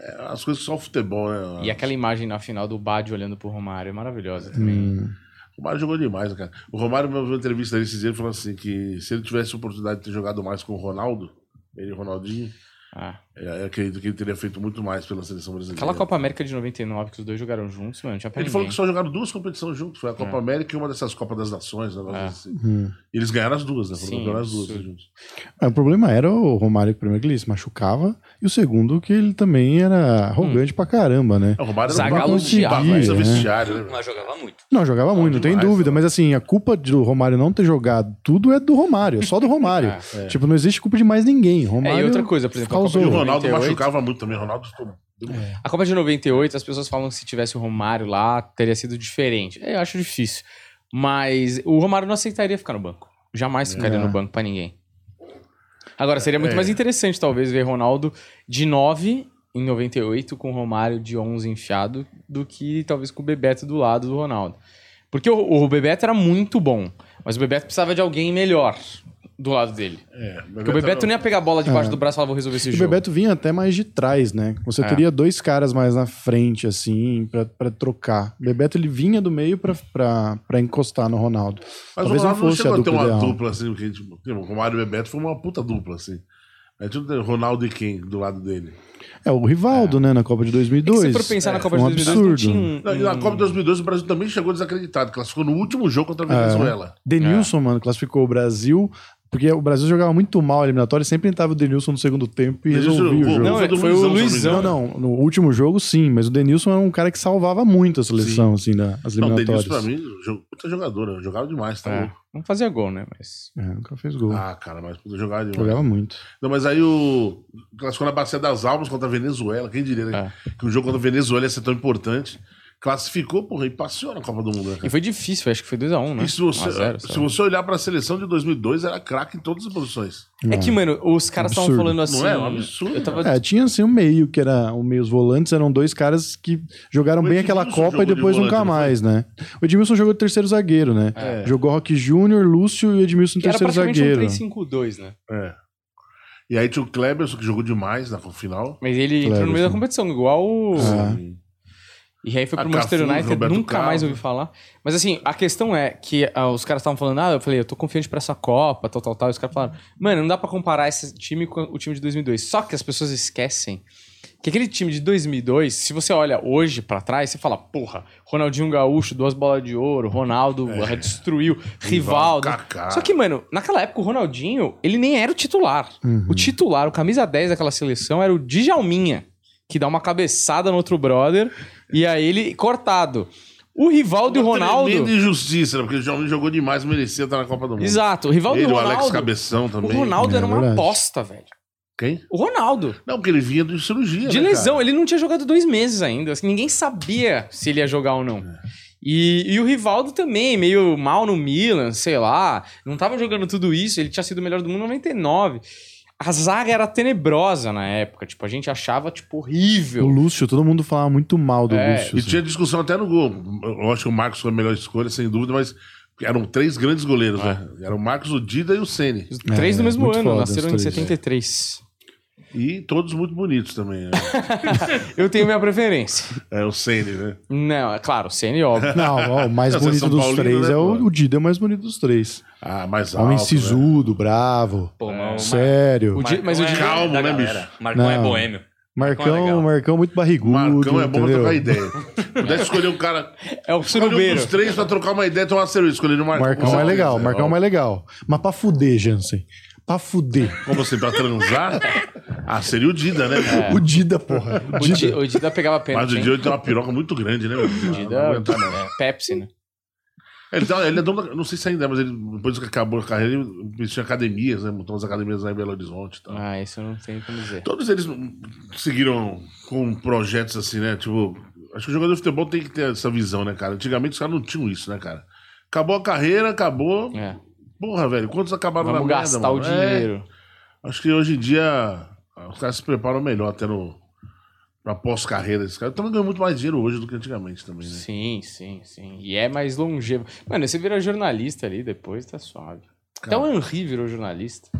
É, as coisas só o futebol, né?
E aquela imagem na final do Bad olhando pro Romário é maravilhosa também.
Hum.
O Romário jogou demais, cara. O Romário, numa entrevista dele, esses dias, ele falou assim que se ele tivesse oportunidade de ter jogado mais com o Ronaldo, ele e o Ronaldinho,
Ah.
É, eu acredito que ele teria feito muito mais pela seleção brasileira.
Aquela Copa América de 99 que os dois jogaram juntos, mano, não tinha pra
Ele
ninguém.
falou que só jogaram duas competições juntos. Foi a Copa América e uma dessas Copas das Nações. né, negócio
É.
assim.
Hum.
E eles ganharam as duas, né? Foram
Sim,
campeões as duas
absurdo.
juntos.
Ah, O problema era o Romário, primeiro, que ele se machucava, e o segundo, que ele também era
Hum.
arrogante pra caramba, né?
É, O Romário
Zagallo
era
odiava,
bagunça
né?
vestiário, né?
Mas jogava muito.
Não, jogava muito, não tem
demais,
dúvida,
né?
mas assim, a culpa do Romário não ter jogado tudo é do Romário, é só do Romário.
Ah,
é.
Tipo, não existe culpa de mais ninguém.
É,
Romário.
e outra coisa, por exemplo, a Copa, de
causou.
E o Ronaldo
98,
machucava muito também. O Ronaldo ficou-
a Copa de 98, as pessoas falam que se tivesse o Romário lá, teria sido diferente. É, Eu acho difícil. Mas o Romário não aceitaria ficar no banco. Jamais ficaria
É.
no banco pra ninguém. Agora, seria muito
É.
mais interessante, talvez, ver Ronaldo de 9 em 98 com o Romário de 11 enfiado do que talvez com o Bebeto do lado do Ronaldo. Porque o, o Bebeto era muito bom, mas o Bebeto precisava de alguém melhor do lado dele.
É, o É.
Porque o Bebeto não ia pegar a bola debaixo do braço e falar, vou resolver esse
E o
jogo.
Bebeto é vinha até mais de trás, né? Você
É.
teria dois caras mais na frente, assim, pra, pra trocar. O Bebeto, ele vinha do meio pra, pra, pra encostar no Ronaldo.
Mas
Talvez
o
não
Ronaldo não
fosse a
chegou a ter
dupla
uma
ideal.
dupla assim. Porque, tipo, tipo, o Romário e o Bebeto foi uma puta dupla assim. A gente não tem Ronaldo e quem do lado dele.
É, o Rivaldo, né, na Copa de
É que
2002.
se for pensar na
É,
Copa de
foi um
2002, não
absurdo.
tinha um...
Na, e na
um-
Copa de 2002, o Brasil
É.
também chegou desacreditado. Classificou no último jogo contra a Venezuela.
É.
Denilson, mano, classificou o Brasil Porque o Brasil jogava muito mal a eliminatória, sempre entrava o Denilson no segundo tempo e
Denilson
resolvia o
jogou.
jogo.
Não,
Foi
é-
do
foi o
Luizão, se não me
Luizão.
Não, não. No último jogo, sim, mas o Denilson era um cara que salvava muito a seleção, assim, da, as
Não, o
eliminatórias.
Denilson pra mim, jo- puta jogadora, jogava demais, tá
É.
louco.
Não fazia gol, né? Mas.
É, nunca fez gol.
Ah, cara, mas puta jogava demais.
Jogava muito.
Não, mas aí o. Classificou na Bacia das Almas contra a Venezuela, quem diria, né?
É.
Que um jogo contra a Venezuela ia ser tão importante. Classificou, porra, e passeou na Copa do Mundo, né,
É.
cara?
E foi difícil, acho que foi 2x1, né?
E se você,
1 a 0, sei
se
lá.
você olhar pra seleção de 2002, era craque em todas as posições.
É que, mano, os caras estavam
Absurdo.
falando assim.
Não é? É um absurdo,
Eu tava
É, tinha assim um meio que era o meio os volantes, eram dois caras que jogaram
O
bem aquela
Edmilson
Copa e
jogou de
depois
volante,
nunca
não foi?
mais, né? O Edmilson jogou de terceiro zagueiro, né?
É.
Jogou Rock Júnior, Lúcio e o Edmilson
era
terceiro
praticamente um
zagueiro.
3-5-2, né?
É. E aí tinha o Kleberson, que jogou demais na final.
Mas ele entrou no meio da competição, igual o.
Ah.
né? E aí foi
A
pro Manchester
Cafu,
United,
Roberto
nunca
Carlos.
mais ouvi falar. Mas assim, a questão é que ah, os caras estavam falando, ah, eu falei, eu tô confiante pra essa Copa, tal, tal, tal. E os caras falaram, mano, não dá pra comparar esse time com o time de 2002. Só que as pessoas esquecem que aquele time de 2002, se você olha hoje pra trás, você fala, porra, Ronaldinho Gaúcho, duas bolas de ouro, Ronaldo
É.
ah, destruiu, Rivaldo.
Ah.
Kaká.
né? Só que, mano, naquela época o Ronaldinho, ele nem era o titular.
Uhum.
O titular, o camisa 10 daquela seleção era o Djalminha, que dá uma cabeçada no outro brother e aí ele cortado. O Rivaldo e o
Uma
Ronaldo.
Tremenda injustiça, né? Porque o Jovem jogou demais, merecia estar na Copa do Mundo.
Exato, o Rivaldo
Ele,
e o
o Alex
Ronaldo.
Cabeção
O
também.
Ronaldo
É
era uma
verdade.
aposta, velho.
Quem?
O Ronaldo.
Não, porque ele vinha de cirurgia.
De
né,
lesão,
cara?
ele não tinha jogado dois meses ainda. assim, ninguém sabia se ele ia jogar ou não. E, e o Rivaldo também, meio mal no Milan, sei lá. Não tava jogando tudo isso, ele tinha sido o melhor do mundo em 99. A zaga era tenebrosa na época, tipo, a gente achava, tipo,
O
horrível.
Lúcio, todo mundo falava muito mal do
É,
Lúcio.
E
assim.
tinha discussão até no gol. Eu acho que o Marcos foi a melhor escolha, sem dúvida, mas eram três grandes goleiros, né? Eram o Marcos, o Dida e o Ceni.
Os três
É,
do mesmo
muito
ano,
foda,
nasceram
os
em
três,
73.
E todos muito bonitos também. Né?
Eu tenho minha preferência.
é o Ceni, né?
Não, é claro, CN, óbvio.
Não, ó, o mais
Não, você é
bonito
São
dos
Paulino,
três
né,
é o,
pô?
o Dida, é o mais bonito dos três.
Ah, mais alto.
Homem
né?
sisudo, bravo,
Pô, mas o Mar-
sério.
O Di- mas o
Marcão
Di-
é
Calmo,
da
né,
galera. Marcão é
Não.
boêmio. Marcão é
Marcão, um
legal.
Marcão muito barrigudo,
Marcão é bom pra
entendeu?
trocar ideia. Pudesse escolher um cara.
É o
Escolher um
surubeiro.
dos três pra trocar uma ideia e tomar uma cerveja. Escolher o Marcão.
Marcão é legal, Marcão é
é
mais legal. Mas pra fuder, Jansen. Pra fuder.
Como assim, pra transar? Ah, seria o Dida, né?
O Dida, porra. O
O Di-
Dida.
O Dida pegava
É,
Mas
pênalti.
o
hein?
Dida ele tem uma piroca muito grande, né? meu? Não, não
Dida,
aguenta, não.
é, Pepsi, né?
Ele, tá, ele é dono da, Não sei se ainda é, mas ele, depois que acabou a carreira, ele tinha academias, né? Montou umas academias lá em Belo Horizonte e tal.
Ah, isso eu não tenho como dizer.
Todos eles seguiram com projetos assim, né? Tipo, acho que o jogador de futebol tem que ter essa visão, né, cara? Antigamente os caras não tinham isso, né, cara? Acabou a carreira, acabou.
É.
Porra, velho, quantos acabaram
Vamos
na merda,
gastar o
mano? É,
dinheiro.
acho que hoje em dia ah, os caras se preparam melhor, até no. Pra pós-carreira desses caras. Também ganham muito mais dinheiro hoje do que antigamente também, né?
Sim, sim, sim. E é mais longevo. Mano, você vira jornalista ali depois, tá suave. Até o Henry virou jornalista.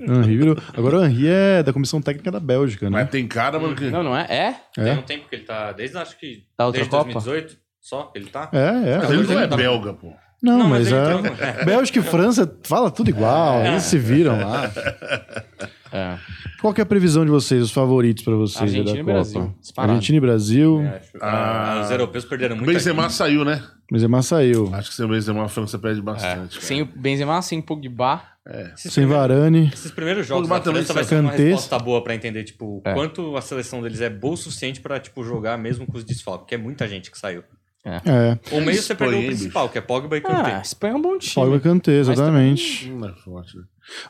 Henri virou- Agora o Henri é da comissão técnica da Bélgica, né?
Mas tem cara, mano, que.
Não, não é? É?
É?
Tem um tempo que ele tá. Desde acho que.
Da outra
desde
Copa?
2018 só que ele tá.
É, é.
Mas ele não é
Não.
belga, pô.
Não,
Não, mas
mas,
ele
é.
tem
Bélgica e França fala tudo igual,
É.
eles se viram lá.
É.
Qual que é a previsão de vocês, os favoritos pra vocês aí
Argentina
da
e
Copa?
Brasil, disparado.
Argentina e Brasil,
É, acho que-
Ah.
ah, os europeus perderam
O
muito.
Benzema saiu, né?
Benzema saiu.
Acho que sem o Benzema a França perde bastante. cara.
é. Sem o Benzema, sem o Pogba.
né?
Sem Varane.
Esses primeiros jogos
Pogba
da França
também
vai ser uma
Kanté.
resposta boa pra entender, tipo,
É.
quanto a seleção deles é boa o suficiente pra, tipo, jogar mesmo com os desfalques, porque é muita gente que saiu.
É.
O meio você perdeu
Espanha,
o
hein,
principal, que é Pogba e
Ah, a
Kanté.
Espanha é um bom time.
Pogba Kanté, exatamente.
Não é forte. né?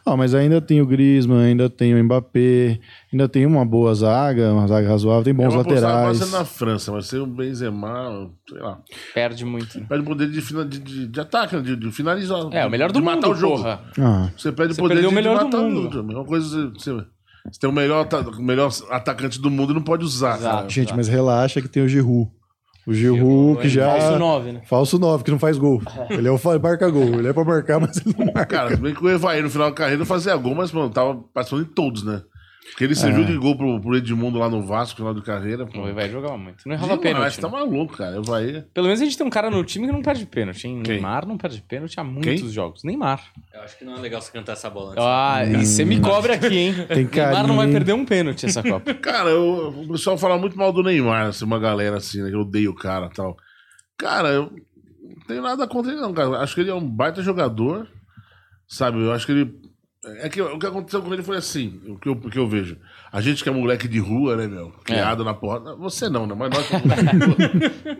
Ah, mas ainda tem o Griezmann, ainda tem o Mbappé, ainda tem uma boa zaga, uma zaga razoável, tem
Eu
bons
não apostava
laterais.
mais na França, mas é sem o Benzema, sei lá.
Perde muito. né?
Perde o poder de, fina- de- de- de ataque, né? de, de finalizar.
É, o melhor do
de
mundo,
matar o jogo.
porra.
Ah,
Você perde
Você
o poder de,
perdeu o
de
melhor do
matar o
mundo.
jogo. A mesma coisa, você, você, você tem o melhor, ata- o melhor atacante do mundo e não pode usar.
Exato.
cara.
Ah, gente, mas relaxa que tem o Giroud. O
é
Giroud que já... é
Falso 9, né?
Falso 9, que não faz gol. Ele é o fa- marca gol. Ele é pra marcar, mas ele não marca.
Cara, se bem que o Evair no final da carreira não fazia gol, mas, mano, tava participando em todos, né? Porque ele serviu de gol pro, pro Edmundo lá no Vasco, no final de carreira. Pô.
O Vai jogar muito. Não errava
Demais,
pênalti.
tá
né?
maluco, cara. Evair.
Pelo menos a gente tem um cara no time que não perde pênalti. Hein?
Quem?
Neymar não perde pênalti há muitos
Quem?
jogos. Neymar.
Eu acho que não é legal você cantar essa bola antes. né?
Ah, e você me cobra aqui, hein?
Tem
Neymar não vai
carinho.
perder um pênalti essa Copa.
Cara, eu- o pessoal fala muito mal do Neymar, assim, uma galera assim, né? Que odeia o cara e tal. Cara, eu não tenho nada contra ele, não, cara. Acho que ele é um baita jogador. Sabe, eu acho que ele. É que o que aconteceu com ele foi assim, o que eu, o que eu vejo. A gente que é moleque de rua, né, meu?
É.
Criado na porta. Você não, né? Mas nós que é moleque de rua.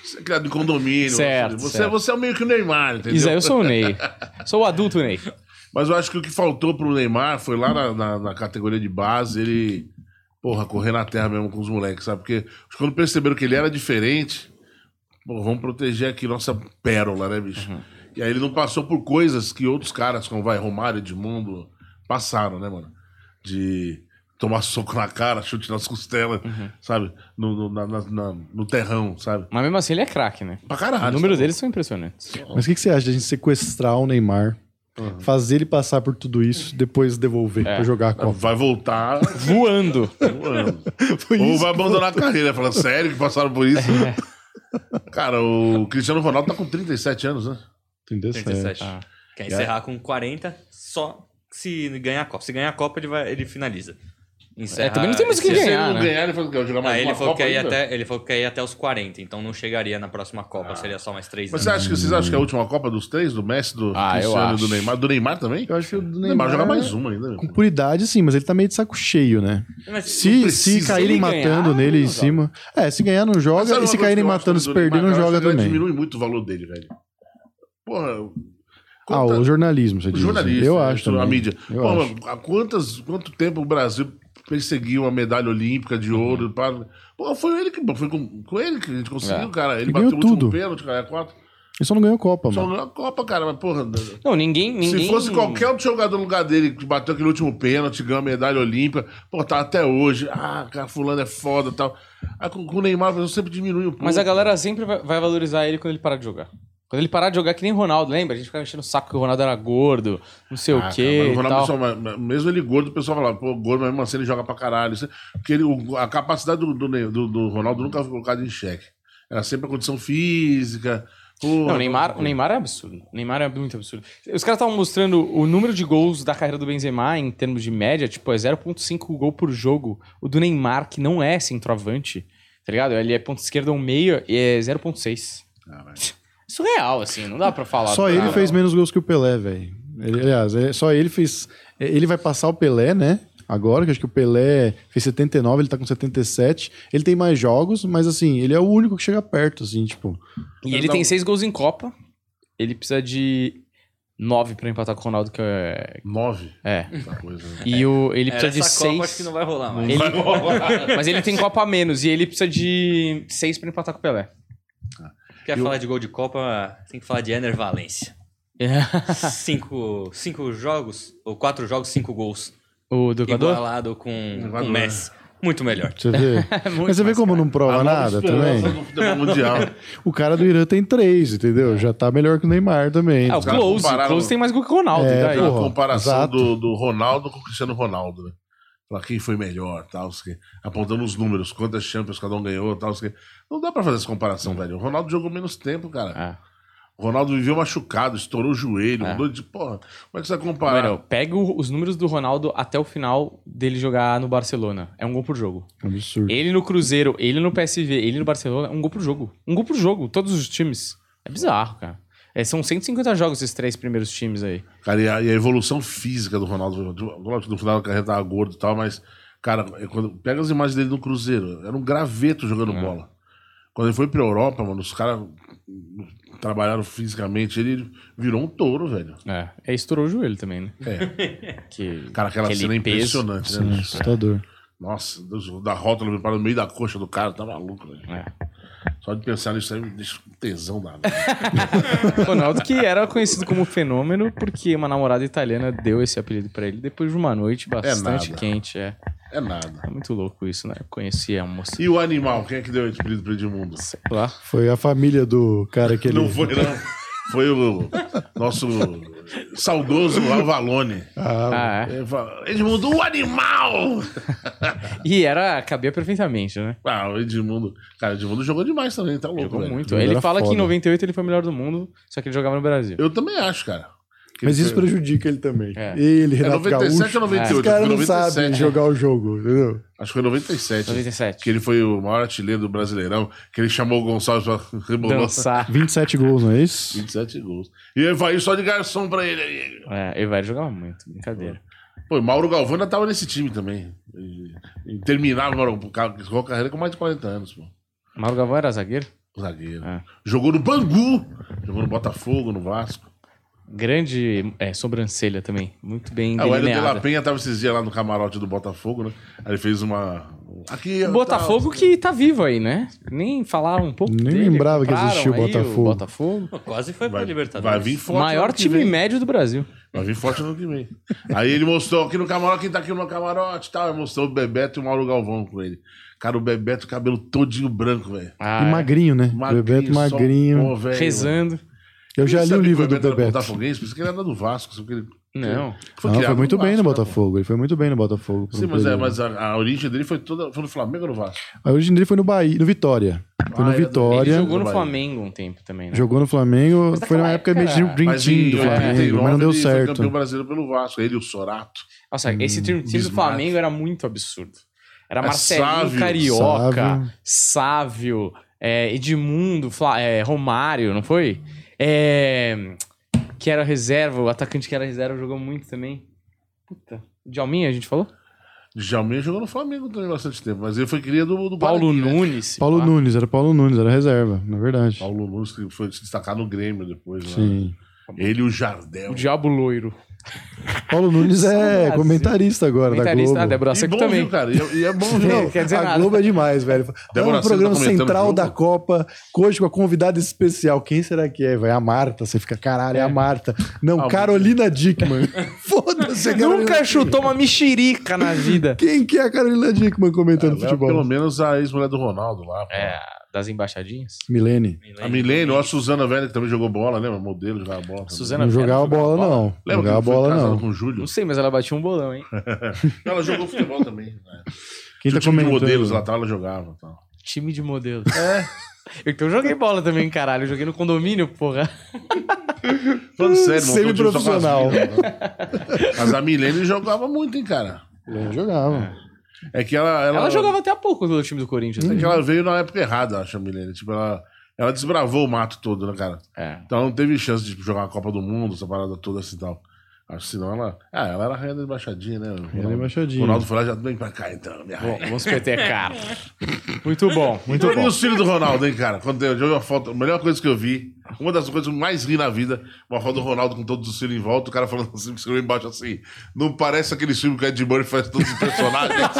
Você é criado em condomínio.
Certo,
você,
certo.
você é meio que o Neymar, entendeu?
Isso aí, eu sou o Ney. Sou o adulto Ney.
Mas eu acho que o que faltou pro Neymar foi lá na, na- na categoria de base, ele, porra, correr na terra mesmo com os moleques, sabe? Porque quando perceberam que ele era diferente, pô, vamos proteger aqui nossa pérola, né, bicho? E aí ele não passou por coisas que outros caras, como vai Romário, Edmundo, passaram, né, mano? De tomar soco na cara, chute nas costelas, sabe? No, no- na- na- na- no terrão, sabe?
Mas mesmo assim ele é craque, né?
Pra
Os
caralho. tá
números
sabe?
deles são impressionantes.
Mas o que, que você acha de a gente sequestrar o Neymar,
Uhum.
fazer ele passar por tudo isso, depois devolver
É.
pra jogar a Copa?
Vai voltar
Voando.
voando.
Foi
Ou
isso.
vai abandonar a carreira, fala, sério que passaram por isso? Cara, o Cristiano Ronaldo tá com 37 anos, né?
Entendeu?
37.
Ah.
Quer encerrar com 40, só se ganhar a Copa. Se ganhar a Copa, ele, vai, ele finaliza. Encerra,
É, também não tem mais o que
Se
ganhar,
ele não
né?
ganhar, ele falou que ia jogar mais
Ah, ele
uma
falou, que
Copa
ia
ainda? Ah.
até, ele falou que ia até os 40, então não chegaria na próxima Copa, seria só mais 3
Mas
anos.
você acha que, vocês acham que é a última Copa dos três? Do Messi, do
Ah, eu
Cristiano e do
acho.
Neymar? Do Neymar também?
Eu acho que o do
O
Neymar
Neymar
é.
joga mais um. uma ainda.
Com
meu.
por idade, sim, mas ele tá meio de saco cheio, né?
Mas
Se,
precisa.
se caírem
Se ele ganhar,
matando
não
nele em
joga.
cima. É, se ganhar não
Mas sabe
joga,
uma
e se
coisa
caírem
que eu acho
matando,
do
se perder,
Neymar?
não
Eu acho
joga
que ele
também.
diminui muito o valor dele, velho. Porra,
Ah,
conta-
o jornalismo, você
O
diz.
jornalista,
eu
né,
acho
a
também.
mídia.
Eu
Pô,
acho.
mas há quantas, quanto tempo o Brasil perseguiu a medalha olímpica de
Uhum.
ouro? pá? Pô, foi ele que foi com, com ele que a gente conseguiu,
É.
cara. Ele
Ele ganhou
bateu o último
tudo. Uhum.
pênalti, cara, é quatro.
Ele só não ganhou Copa,
Só
mano.
ganhou a Copa, cara, mas porra. né,
Não, ninguém. ninguém...
Se fosse qualquer outro jogador no lugar dele que bateu aquele último pênalti, ganhou a medalha olímpica, pô, tá até hoje. Ah, cara, fulano é foda e tal. Aí com, com o Neymar, eu sempre diminui um pouco.
Mas a galera sempre vai vai valorizar ele quando ele parar de jogar. Quando ele parar de jogar, que nem Ronaldo, lembra? A gente ficava enchendo o saco que o Ronaldo era gordo, não sei
Ah,
o quê.
cara, mas o
e
Ronaldo,
tal.
pessoal, mas- mas mesmo ele gordo, o pessoal falava, pô, gordo, mas mesmo assim ele joga pra caralho. Isso- Porque ele- o- a capacidade do, do Ne- do- do Ronaldo nunca foi colocada em xeque. Era sempre a condição física.
Não, o Neymar, o Neymar é absurdo. O Neymar é muito absurdo. Os caras estavam mostrando o número de gols da carreira do Benzema em termos de média, tipo, é 0.5 gol por jogo. O do Neymar, que não é centroavante, tá ligado? Ele é ponta esquerda ou meio e é 0.6.
Ah,
Isso é real, assim, não dá pra falar.
Só
Ah,
ele
não.
fez menos gols que o Pelé, velho. Ele- Aliás, ele- só ele fez. é, Ele vai passar o Pelé, né? Agora, que eu acho que o Pelé fez 79, ele tá com 77. Ele tem mais jogos, mas assim, ele é o único que chega perto, assim, tipo.
E ele
um-
tem seis gols em Copa. Ele precisa de nove pra empatar com o Ronaldo, que é.
Nove.
É.
essa coisa, né?
E o, ele
Era
precisa de
É, essa Copa,
seis.
acho que não vai rolar mais.
Ele- mas ele tem Copa a menos e ele precisa de seis pra empatar com o Pelé.
Quer falar de gol de Copa, tem que falar de Ener Valência. É. cinco, cinco jogos, ou quatro jogos, cinco gols.
O do Equador?
Igualado com, com
Jogador,
o Messi.
né?
Muito melhor.
Você vê. mas você vê como não
A
prova
nova
nada
esperança
também?
do futebol mundial.
O cara do Irã tem três, entendeu? Já tá melhor que É, o Neymar também.
Ah, o
Os caras
Close. O
compararam-
Close tem mais gol que o Ronaldo. tá
É,
e daí?
Aquela
porra.
comparação
exato.
do, do Ronaldo com o Cristiano Ronaldo, né? Pra quem foi melhor, tal, sei que. apontando os números, quantas Champions cada um ganhou, tal, sei que. Não dá pra fazer essa comparação,
Hum.
velho. O Ronaldo jogou menos tempo, cara.
Ah.
O Ronaldo viveu machucado, estourou o joelho,
É.
mudou de. Porra, como é que você vai comparar?
Mano, pega o- os números do Ronaldo até o final dele jogar no Barcelona. É um gol por jogo.
Absurdo.
Ele no Cruzeiro, ele no PSV, ele no Barcelona, um gol por jogo. Um gol por jogo, todos os times. É bizarro, cara. É, são 150 jogos esses três primeiros times aí.
Cara, e a, e a evolução física do Ronaldo. do- Lógico que no final da carreira tava gordo e tal, mas, cara, eu- quando pega as imagens dele no Cruzeiro, era um graveto jogando
É.
bola. Quando ele foi pra Europa, mano, os caras hum, trabalharam fisicamente, ele virou um touro, velho.
É, é estourou o joelho também, né?
É.
Que,
Cara, aquela
aquele
cena é
peso.
impressionante,
Sim,
né? bicho?
assustador.
Nossa, Deus, da rótula para no meio da coxa do cara, tá maluco,
É.
velho. Só de pensar nisso aí me deixa um tesão da
Ronaldo que era conhecido como fenômeno porque uma namorada italiana deu esse apelido pra ele depois de uma noite bastante
nada.
quente, é.
É nada.
É muito louco isso, né? Eu conhecia a moça.
E o animal, quem é que deu esse apelido pro Edmundo?
Sei lá.
Foi a família do cara que ele.
Não foi, não. Foi o nosso saudoso Avalone.
Ah,
Ah, é.
Ele fala, Edmundo, o animal!
E era, cabia perfeitamente, né?
Ah, o Edmundo. Cara, o Edmundo jogou demais também, tá louco.
Jogou
velho.
muito.
Ele
Ele
era
fala que em
foda.
98 ele foi o melhor do mundo, só que ele jogava no Brasil.
Eu também acho, cara. que
Mas
ele
isso
foi-
prejudica ele também.
É.
Ele,
É
Renato
97
Gaúcho,
ou 98?
os caras não
97,
sabem
né?
jogar o jogo, entendeu?
Acho que foi 97.
97.
Que ele foi o maior artilheiro do Brasileirão, que ele chamou o Gonçalves pra rebolar
Dançar.
27 gols, não é isso?
27 gols. E aí vai só de garçom pra ele aí.
É, Evair jogava muito, brincadeira.
Pô, e Mauro Galvão ainda tava nesse time também. E- e Terminava Mauro, a carreira com mais de 40 anos, pô.
Mauro Galvão era zagueiro?
Zagueiro.
É.
Jogou no Bangu, jogou no Botafogo, no Vasco.
Grande é, sobrancelha também. Muito bem
Ah, o Hélio de
delineada.
La Penha tava esses dias lá no camarote do Botafogo, né? Aí ele fez uma. um, Aqui,
O Botafogo que tá vivo aí, né? Nem falava um pouco
Nem
dele,
lembrava que
compraram
existia o
aí
Botafogo.
Botafogo.
Pô, Quase foi pra
Vai,
Libertadores.
vai vir forte.
é Maior
ano que
time
vem.
médio do Brasil.
Vai vir forte no ano que vem. Aí ele mostrou aqui no camarote, quem tá aqui no camarote e tal. Aí mostrou o Bebeto e o Mauro Galvão com ele. Cara, o Bebeto, cabelo todinho branco, velho.
Ah,
e magrinho, né? Bebeto
é. só-
magrinho.
Pô, velho.
rezando.
Eu já
Ele
li o
sabia que
livro do
era
Bebeto.
Botafoguense, por isso que ele era do Vasco. só que ele-
Não.
Não, foi
criado
muito bem no
Vasco, né, pô?
Botafogo. Ele foi muito bem no Botafogo. por um
Sim, mas, é,
período.
mas a, a origem dele foi toda. Foi no Flamengo ou no Vasco?
A origem dele foi no Bahia, no Vitória. Foi
Ah,
no
era do-
Vitória,
Ele
jogou,
jogou no
Bahia.
Flamengo um tempo
É.
também, né?
no Flamengo.
Mas tá
Foi
naquela
uma época
época
meio de
era-
Dream Team do Flamengo, mas não deu
ele foi campeão
certo.
brasileiro pelo Vasco. Ele e o Sorato.
Nossa, esse time time do
Bismarck.
Flamengo era muito absurdo. Era
É,
Marcelinho
Sávio.
Carioca,
Sávio.
Sávio, é, Edmundo, Fla- é, Romário, não foi? É, que era reserva, o atacante que era reserva jogou muito também. Puta. Djalminha, a gente falou?
Djalminha jogou no Flamengo também bastante tempo, mas ele foi cria do, do
Paulo
Guarani, né?
Nunes. sei
Paulo
lá.
Nunes, era Paulo Nunes, era reserva, na verdade.
Paulo Nunes que foi se destacar no Grêmio depois. né?
Sim.
Ele e o Jardel.
O Diabo Loiro.
Paulo Nunes é
Saudades.
comentarista agora
Comentarista, ah,
da Globo.
Débora
e
Seco
bom,
também.
viu, cara? E, é- e é bom, viu?
Não, quer dizer
a
nada.
Globo é demais, velho. É
Débora
um
Seco
programa
tá comentando o
central
jogo?
da Copa, hoje com a convidada especial. Quem será que é? Vai a Marta. Você fica, caralho, é, a Marta. Não,
Ah,
Carolina Dickman. Foda-se, a Carolina
Nunca chutou uma mexerica na vida.
Quem que é a Carolina Dickman comentando
Ela é
futebol?
Pelo menos a ex-mulher do Ronaldo lá. pô.
É, das embaixadinhas?
Milene.
Milene.
A Milene, ou a Suzana Velha, que também jogou bola, lembra? Modelo, jogava bola. também.
Suzana
Não
Vera
jogava bola, não.
Lembra que
Jogava
ela foi
bola,
casada
não.
com o Júlio?
Não sei, mas ela batia um bolão, hein?
Ela jogou futebol também. Né?
Quem
Tinha
tá
um time de modelos lá,
comentando?
tal, ela jogava. tá? Tal.
Time de modelos. É. Eu que eu joguei bola também, caralho. Eu joguei no condomínio, porra.
Falando sério, montou um time só com as
Semi-profissional.
minas, né? Mas a Milene jogava muito, hein, cara.
Não jogava.
É que ela... Ela,
Ela, jogava até há pouco no time do Corinthians.
É
né?
que ela veio na época errada, acho, a Milene. Tipo, ela, ela desbravou o mato todo, né, cara?
É.
Então ela não teve chance de jogar a Copa do Mundo, essa parada toda assim e tal. Acho que senão ela... Ah, ela era a rainha da embaixadinha, né?
Ele é
O
embaixadinho.
Ronaldo foi lá e já vem pra cá, então, minha
Bom,
rainha.
vamos petecar. Muito bom, muito
Então, e
bom.
os filhos do Ronaldo, hein, cara? Quando eu eu vi uma foto, a melhor coisa que eu vi, uma das coisas que eu mais ri na vida, uma foto do Ronaldo com todos os filhos em volta, o cara falando assim, escreveu embaixo assim, não parece aquele filme que o Ed Murphy faz todos os personagens.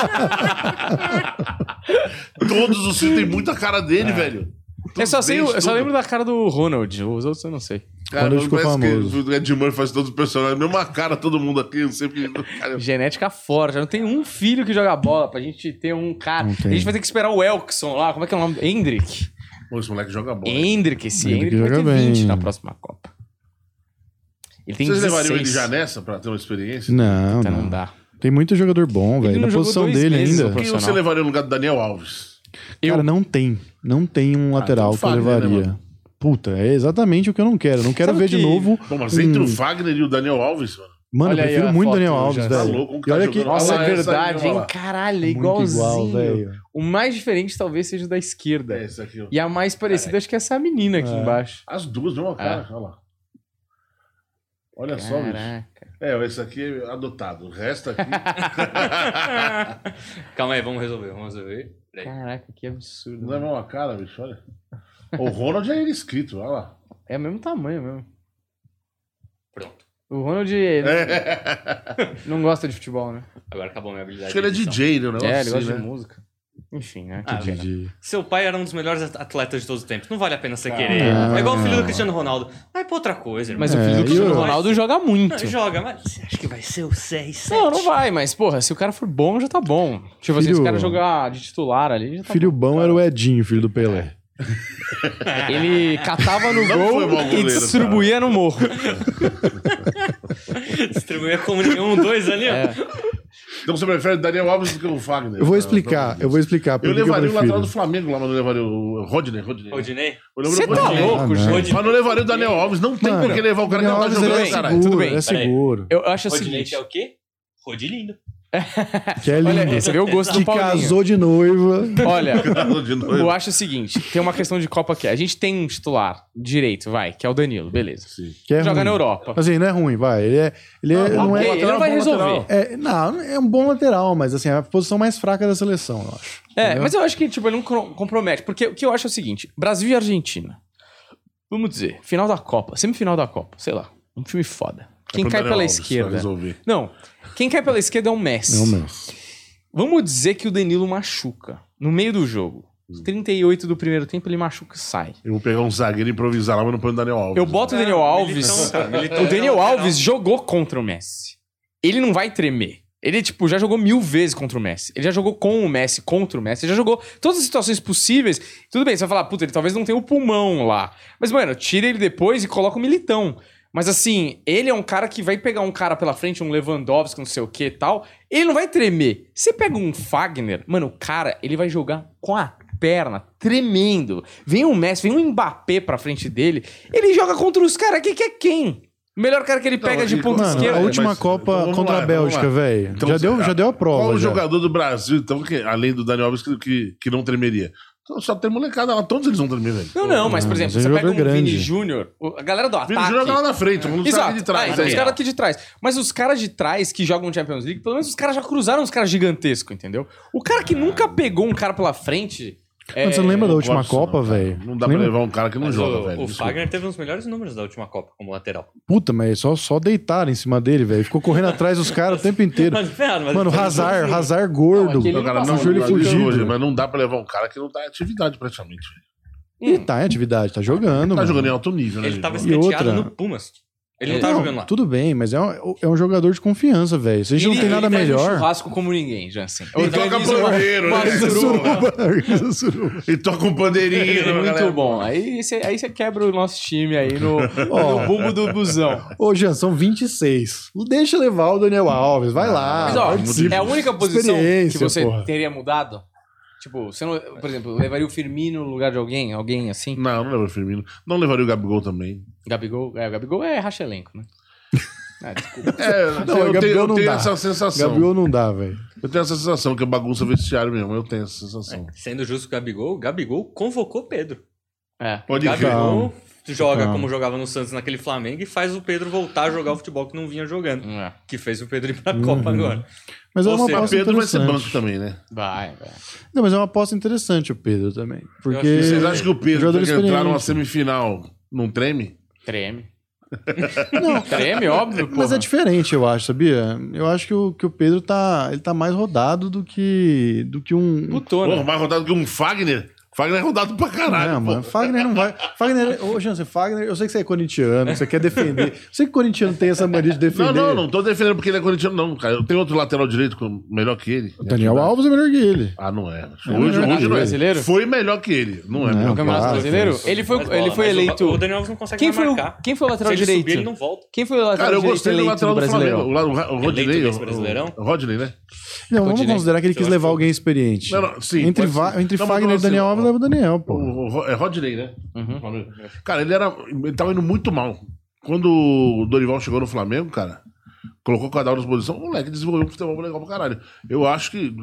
todos os filhos têm muita cara dele, velho.
É. Eu só,
Todos
sei,
eles,
eu só
tudo.
lembro da cara do Ronald. Os outros eu não sei.
Cara,
Quando ele
não
ficou
parece
famoso.
que o Ed Murphy faz todos os personagens, mesma cara, todo mundo aqui, não sei porque... Cara,
Genética forte. Eu não tenho um filho que joga bola pra gente ter um cara.
Não
A
tem.
gente vai ter que esperar o Elkson lá. Como é que é o nome? Hendrick.
Pô, esse moleque joga bola.
Hendrick, esse
Hendrick
Hendrick vai ter
joga
20
bem.
na próxima Copa. Ele tem
Vocês
16.
levariam ele já nessa pra ter uma experiência?
Não,
Então não
não.
dá.
Tem muito jogador bom, velho.
não
Na
jogou
posição
dois
dele
meses,
ainda.
pô.
Quem você
Profissional.
levaria no lugar do Daniel Alves?
Cara, não tem. Não tem um
Ah,
lateral
tem o
então
que eu
Fagner, né,
levaria. Puta, é exatamente o que eu não quero. Eu Não quero
Sabe
ver
que-
de novo.
Pô, mas
um-
entre o Fagner e o Daniel Alves, mano.
Mano, eu
Olha aí
prefiro
a
muito
foto
Daniel
do
Alves,
Jans. Tá
velho.
louco, um
e olha
cara
que.
jogando.
Nossa,
Olha lá,
é
essa aí,
verdade,
olha
hein?
lá.
Caralho, é
Muito igual,
igualzinho.
velho.
o mais diferente talvez seja o da esquerda.
É, esse aqui, ó.
E a mais parecida acho que é essa menina aqui
É.
embaixo.
As duas, mesma cara, olha lá. Olha só, bicho.
Caraca.
É, esse aqui é adotado. O resto aqui.
Calma aí, vamos resolver, vamos resolver. Peraí.
Caraca, que absurdo.
não é a mesma cara, bicho, olha. O Ronald é ele escrito, olha lá.
É o mesmo tamanho mesmo.
Pronto.
O Ronald ele
É.
não gosta de futebol, né?
Agora acabou a minha habilidade.
Acho que ele é
de edição.
DJ, né? Um negócio
é, ele
assim,
gosta de
né?
música. Enfim, né?
Ah,
Que dia.
De-
Seu pai era um dos melhores atletas de todos os tempos. Não vale a pena você
Ah.
querer.
Não.
É igual o filho do Cristiano Ronaldo. Vai pra outra coisa, irmão.
Mas o
É,
filho do
e
Cristiano
o-
Ronaldo joga muito.
Não, joga, mas você acha que vai ser o CR7?
Não, não vai, mas porra, se o cara for bom, já tá bom. Tipo assim,
Filho-
se o cara jogar de titular ali, já tá
Filho bom era o Edinho, filho do Pelé.
bom. Ele catava no
Não foi
gol
mau
e
goleiro,
distribuía no morro.
Distribuía como nenhum, dois um, ali, ó.
É.
Então você prefere o Daniel Alves do que o Fagner?
Eu vou
Pra-
explicar,
pra-
eu vou explicar. por
Eu
que que
levaria o lateral
prefiro.
do Flamengo lá, mas não levaria o Rodney. Rodney.
Rodinei?
Eu levaria
Você
o
tá
Rodinei.
louco,
Ah,
gente?
não.
Mas não levaria o Daniel Alves. Não tem
Mano,
por que levar o cara que
Daniel
não tá
Alves, ele
jogando,
bem,
é
caralho.
tudo
seguro,
bem.
é
Peraí.
seguro.
Eu acho assim, o
Rodinei
seguinte.
que é o quê? Rodilindo.
Que é
Olha,
lindo.
aí, você vê o gosto
Que
do Paulinho.
casou de noiva.
Olha,
Tá De novo.
eu acho o seguinte, tem uma questão de Copa aqui. A gente tem um titular direito, vai, que é o Danilo, beleza.
Sim.
Que é
Joga
ruim.
na Europa.
Assim, não é ruim, vai. Ele é. Ele é- não
ok,
é,
ele não vai resolver.
é- Não, é um bom lateral, mas assim, é a posição mais fraca da seleção, eu acho.
É,
Entendeu?
mas eu acho que tipo, ele não cro- compromete. Porque o que eu acho é o seguinte: Brasil e Argentina. Vamos dizer, final da Copa, semifinal da Copa, sei lá. Um time
É
foda. Quem
pro
cai
Daniel
pela
Alves, pra
esquerda.
resolver.
Não. Quem cai pela esquerda é o Messi.
Não, meu.
Vamos dizer que o Danilo machuca no meio do jogo.
Hum.
38 do primeiro tempo, ele machuca e sai.
Eu vou pegar um zagueiro e improvisar lá, mas não põe o Daniel Alves.
Eu boto o Daniel Alves.
É, Militão, cara, Militão. é
O Daniel Alves jogou contra o Messi. Ele não vai tremer. Ele, tipo, já jogou mil vezes contra o Messi. Ele já jogou com o Messi, contra o Messi. Ele já jogou todas as situações possíveis. Tudo bem, você vai falar, puta, ele talvez não tenha o pulmão lá. Mas, mano, tira ele depois e coloca o militão. Mas, assim, ele é um cara que vai pegar um cara pela frente, um Lewandowski, não sei o que e tal. Ele não vai tremer. Você pega um Fagner, mano, o cara, ele vai jogar com a perna, tremendo. Vem um Messi, vem um Mbappé pra frente dele. Ele joga contra os caras que que é quem? O melhor cara que ele
Não,
pega de
e-
ponta
Mano,
esquerda.
Mano, a
mas-
última
então
Copa
vamos
contra
lá,
a
vamos
Bélgica,
lá.
velho.
Então,
já, deu,
cara,
já deu a prova.
Qual o
já.
jogador do Brasil, então, que, além do Daniel Alves, que, que, que não tremeria? Então, Só tem molecada lá, todos eles vão tremer, velho.
Não, não, mas, por
Não,
exemplo,
mas
você
ele
pega um
joga grande.
Vini Júnior, o- a galera do ataque...
Vini Júnior tá lá na frente, vamos
Exato.
sair de trás. tá
Ah, então
aí.
os caras aqui de trás. Mas os caras de trás que jogam Champions League, pelo menos os caras já cruzaram uns caras gigantescos, entendeu? O cara que nunca pegou um cara pela frente.
Mano, você
é-
não lembra da
Não
última
gosto,
Copa,
não, cara.
velho?
Não dá pra
Lembra?
levar um cara que não
Mas
joga,
o,
velho.
o
desculpa.
Fagner teve um dos melhores números da última Copa como lateral.
Puta, mas é só, só deitaram em cima dele, velho. Ficou correndo atrás dos caras o tempo inteiro.
Mas, ferrado, mas-
Mano, Hazard, Hazard gordo.
Não, aquele-
Não, cara,
Ele passou
não,
um
não,
joelho
não,
fugido.
hoje, mas não dá pra levar um cara que não tá em atividade praticamente.
Ele tá em atividade, tá jogando.
Tá
mano.
jogando em alto nível, né?
Ele
gente?
tava
E
escanteado
outra? É.
no Pumas. Ele não
Então,
tava
Não,
jogando lá.
Tudo bem, mas é um, é um jogador de confiança, velho. Vocês não
Ele-
tem nada
ele faz um
melhor. um
churrasco como ninguém, assim. Jansen.
Ele toca
Organiza uma-
pandeiro,
uma
né?
suruba.
Suruba, suruba.
Ele toca um pandeirinho. né, galera?
Muito bom. Aí você aí você quebra o nosso time aí no, no bumbo do busão.
Ô, Jean, são 26. Deixa eu levar o Daniel Alves, vai lá.
Mas, ó,
participa.
é a única posição que
Ah, Experiência,
você
porra.
teria mudado? Tipo, você não, por exemplo, levaria o Firmino no lugar de alguém? Alguém assim?
Não, não levaria o Firmino. Não levaria o Gabigol também.
Gabigol, é, o Gabigol é rachelenco, né? Ah, desculpa.
É,
Não, o
eu,
Gabigol
tenho, eu
não
tenho
dá.
essa sensação.
Gabriel não dá, velho.
Eu tenho essa sensação que é bagunça vestiário mesmo. Eu tenho essa sensação.
Sendo justo com o Gabigol, o Gabigol convocou Pedro.
É.
Pode crer.
Gabigol joga
Calma.
como jogava no Santos naquele Flamengo e faz o Pedro voltar a jogar o futebol que não vinha jogando.
Não é.
Que fez o Pedro ir pra Copa agora.
Mas é
Ou
uma
seja,
aposta
Pedro vai ser
interessante.
banco também, né?
Vai, vai.
Não, mas é uma aposta interessante o Pedro também. Porque.
acho que
Vocês acham que o Pedro
Jogador
tem que entrar
experiente.
numa semifinal não treme?
Treme.
Não,
Treme, óbvio, pô.
mas é diferente, eu acho, sabia? Eu acho que o, que o Pedro tá. Ele tá mais rodado do que. do que um.
Putona.
Porra, mais rodado que um Fagner? Fagner é rodado pra caralho.
não,
pô.
mano, Fagner não vai. Fagner, ô, Chance, Fagner, eu sei que você é corintiano, você quer defender. Eu sei que corintiano tem essa mania de defender.
Não, não, não tô defendendo porque ele é corintiano, não, cara. Eu tenho outro lateral direito com- melhor que ele.
Daniel Alves é melhor que ele.
Ah, não é. Hoje,
não é
hoje,
verdade.
não é.
Brasileiro?
Foi melhor que ele. Não é
Não,
melhor que ele.
Campeonato
claro,
Brasileiro?
cara.
Ele foi,
Mas bola,
ele foi
mas o-
eleito.
O Daniel Alves não consegue
Quem
mais
foi, o,
marcar.
quem foi o lateral
Se ele
direito?
subir, ele não volta.
Quem foi o lateral
Cara, eu
direito
gostei do
eleito
lateral do, Flamengo. O,
Brasileirão?
la- o, Ra- o Rodinei.
desse
o-
Brasileirão?
o Rodinei, né?
Não, vamos
Rodinei.
considerar que ele
Você
quis
acha
levar
que-
alguém experiente.
Não, não, sim,
entre
pode
va-
ser.
entre
Não, mas
Fagner e
não,
Daniel
assim,
Alves, leva o Daniel, pô.
O- o Ro- é Rodinei, né?
Uhum.
Flamengo. Cara, ele era. Ele tava indo muito mal. Quando o Dorival chegou no Flamengo, cara, colocou o Cadal na posição, o moleque desenvolveu um futebol legal pra caralho. Eu acho que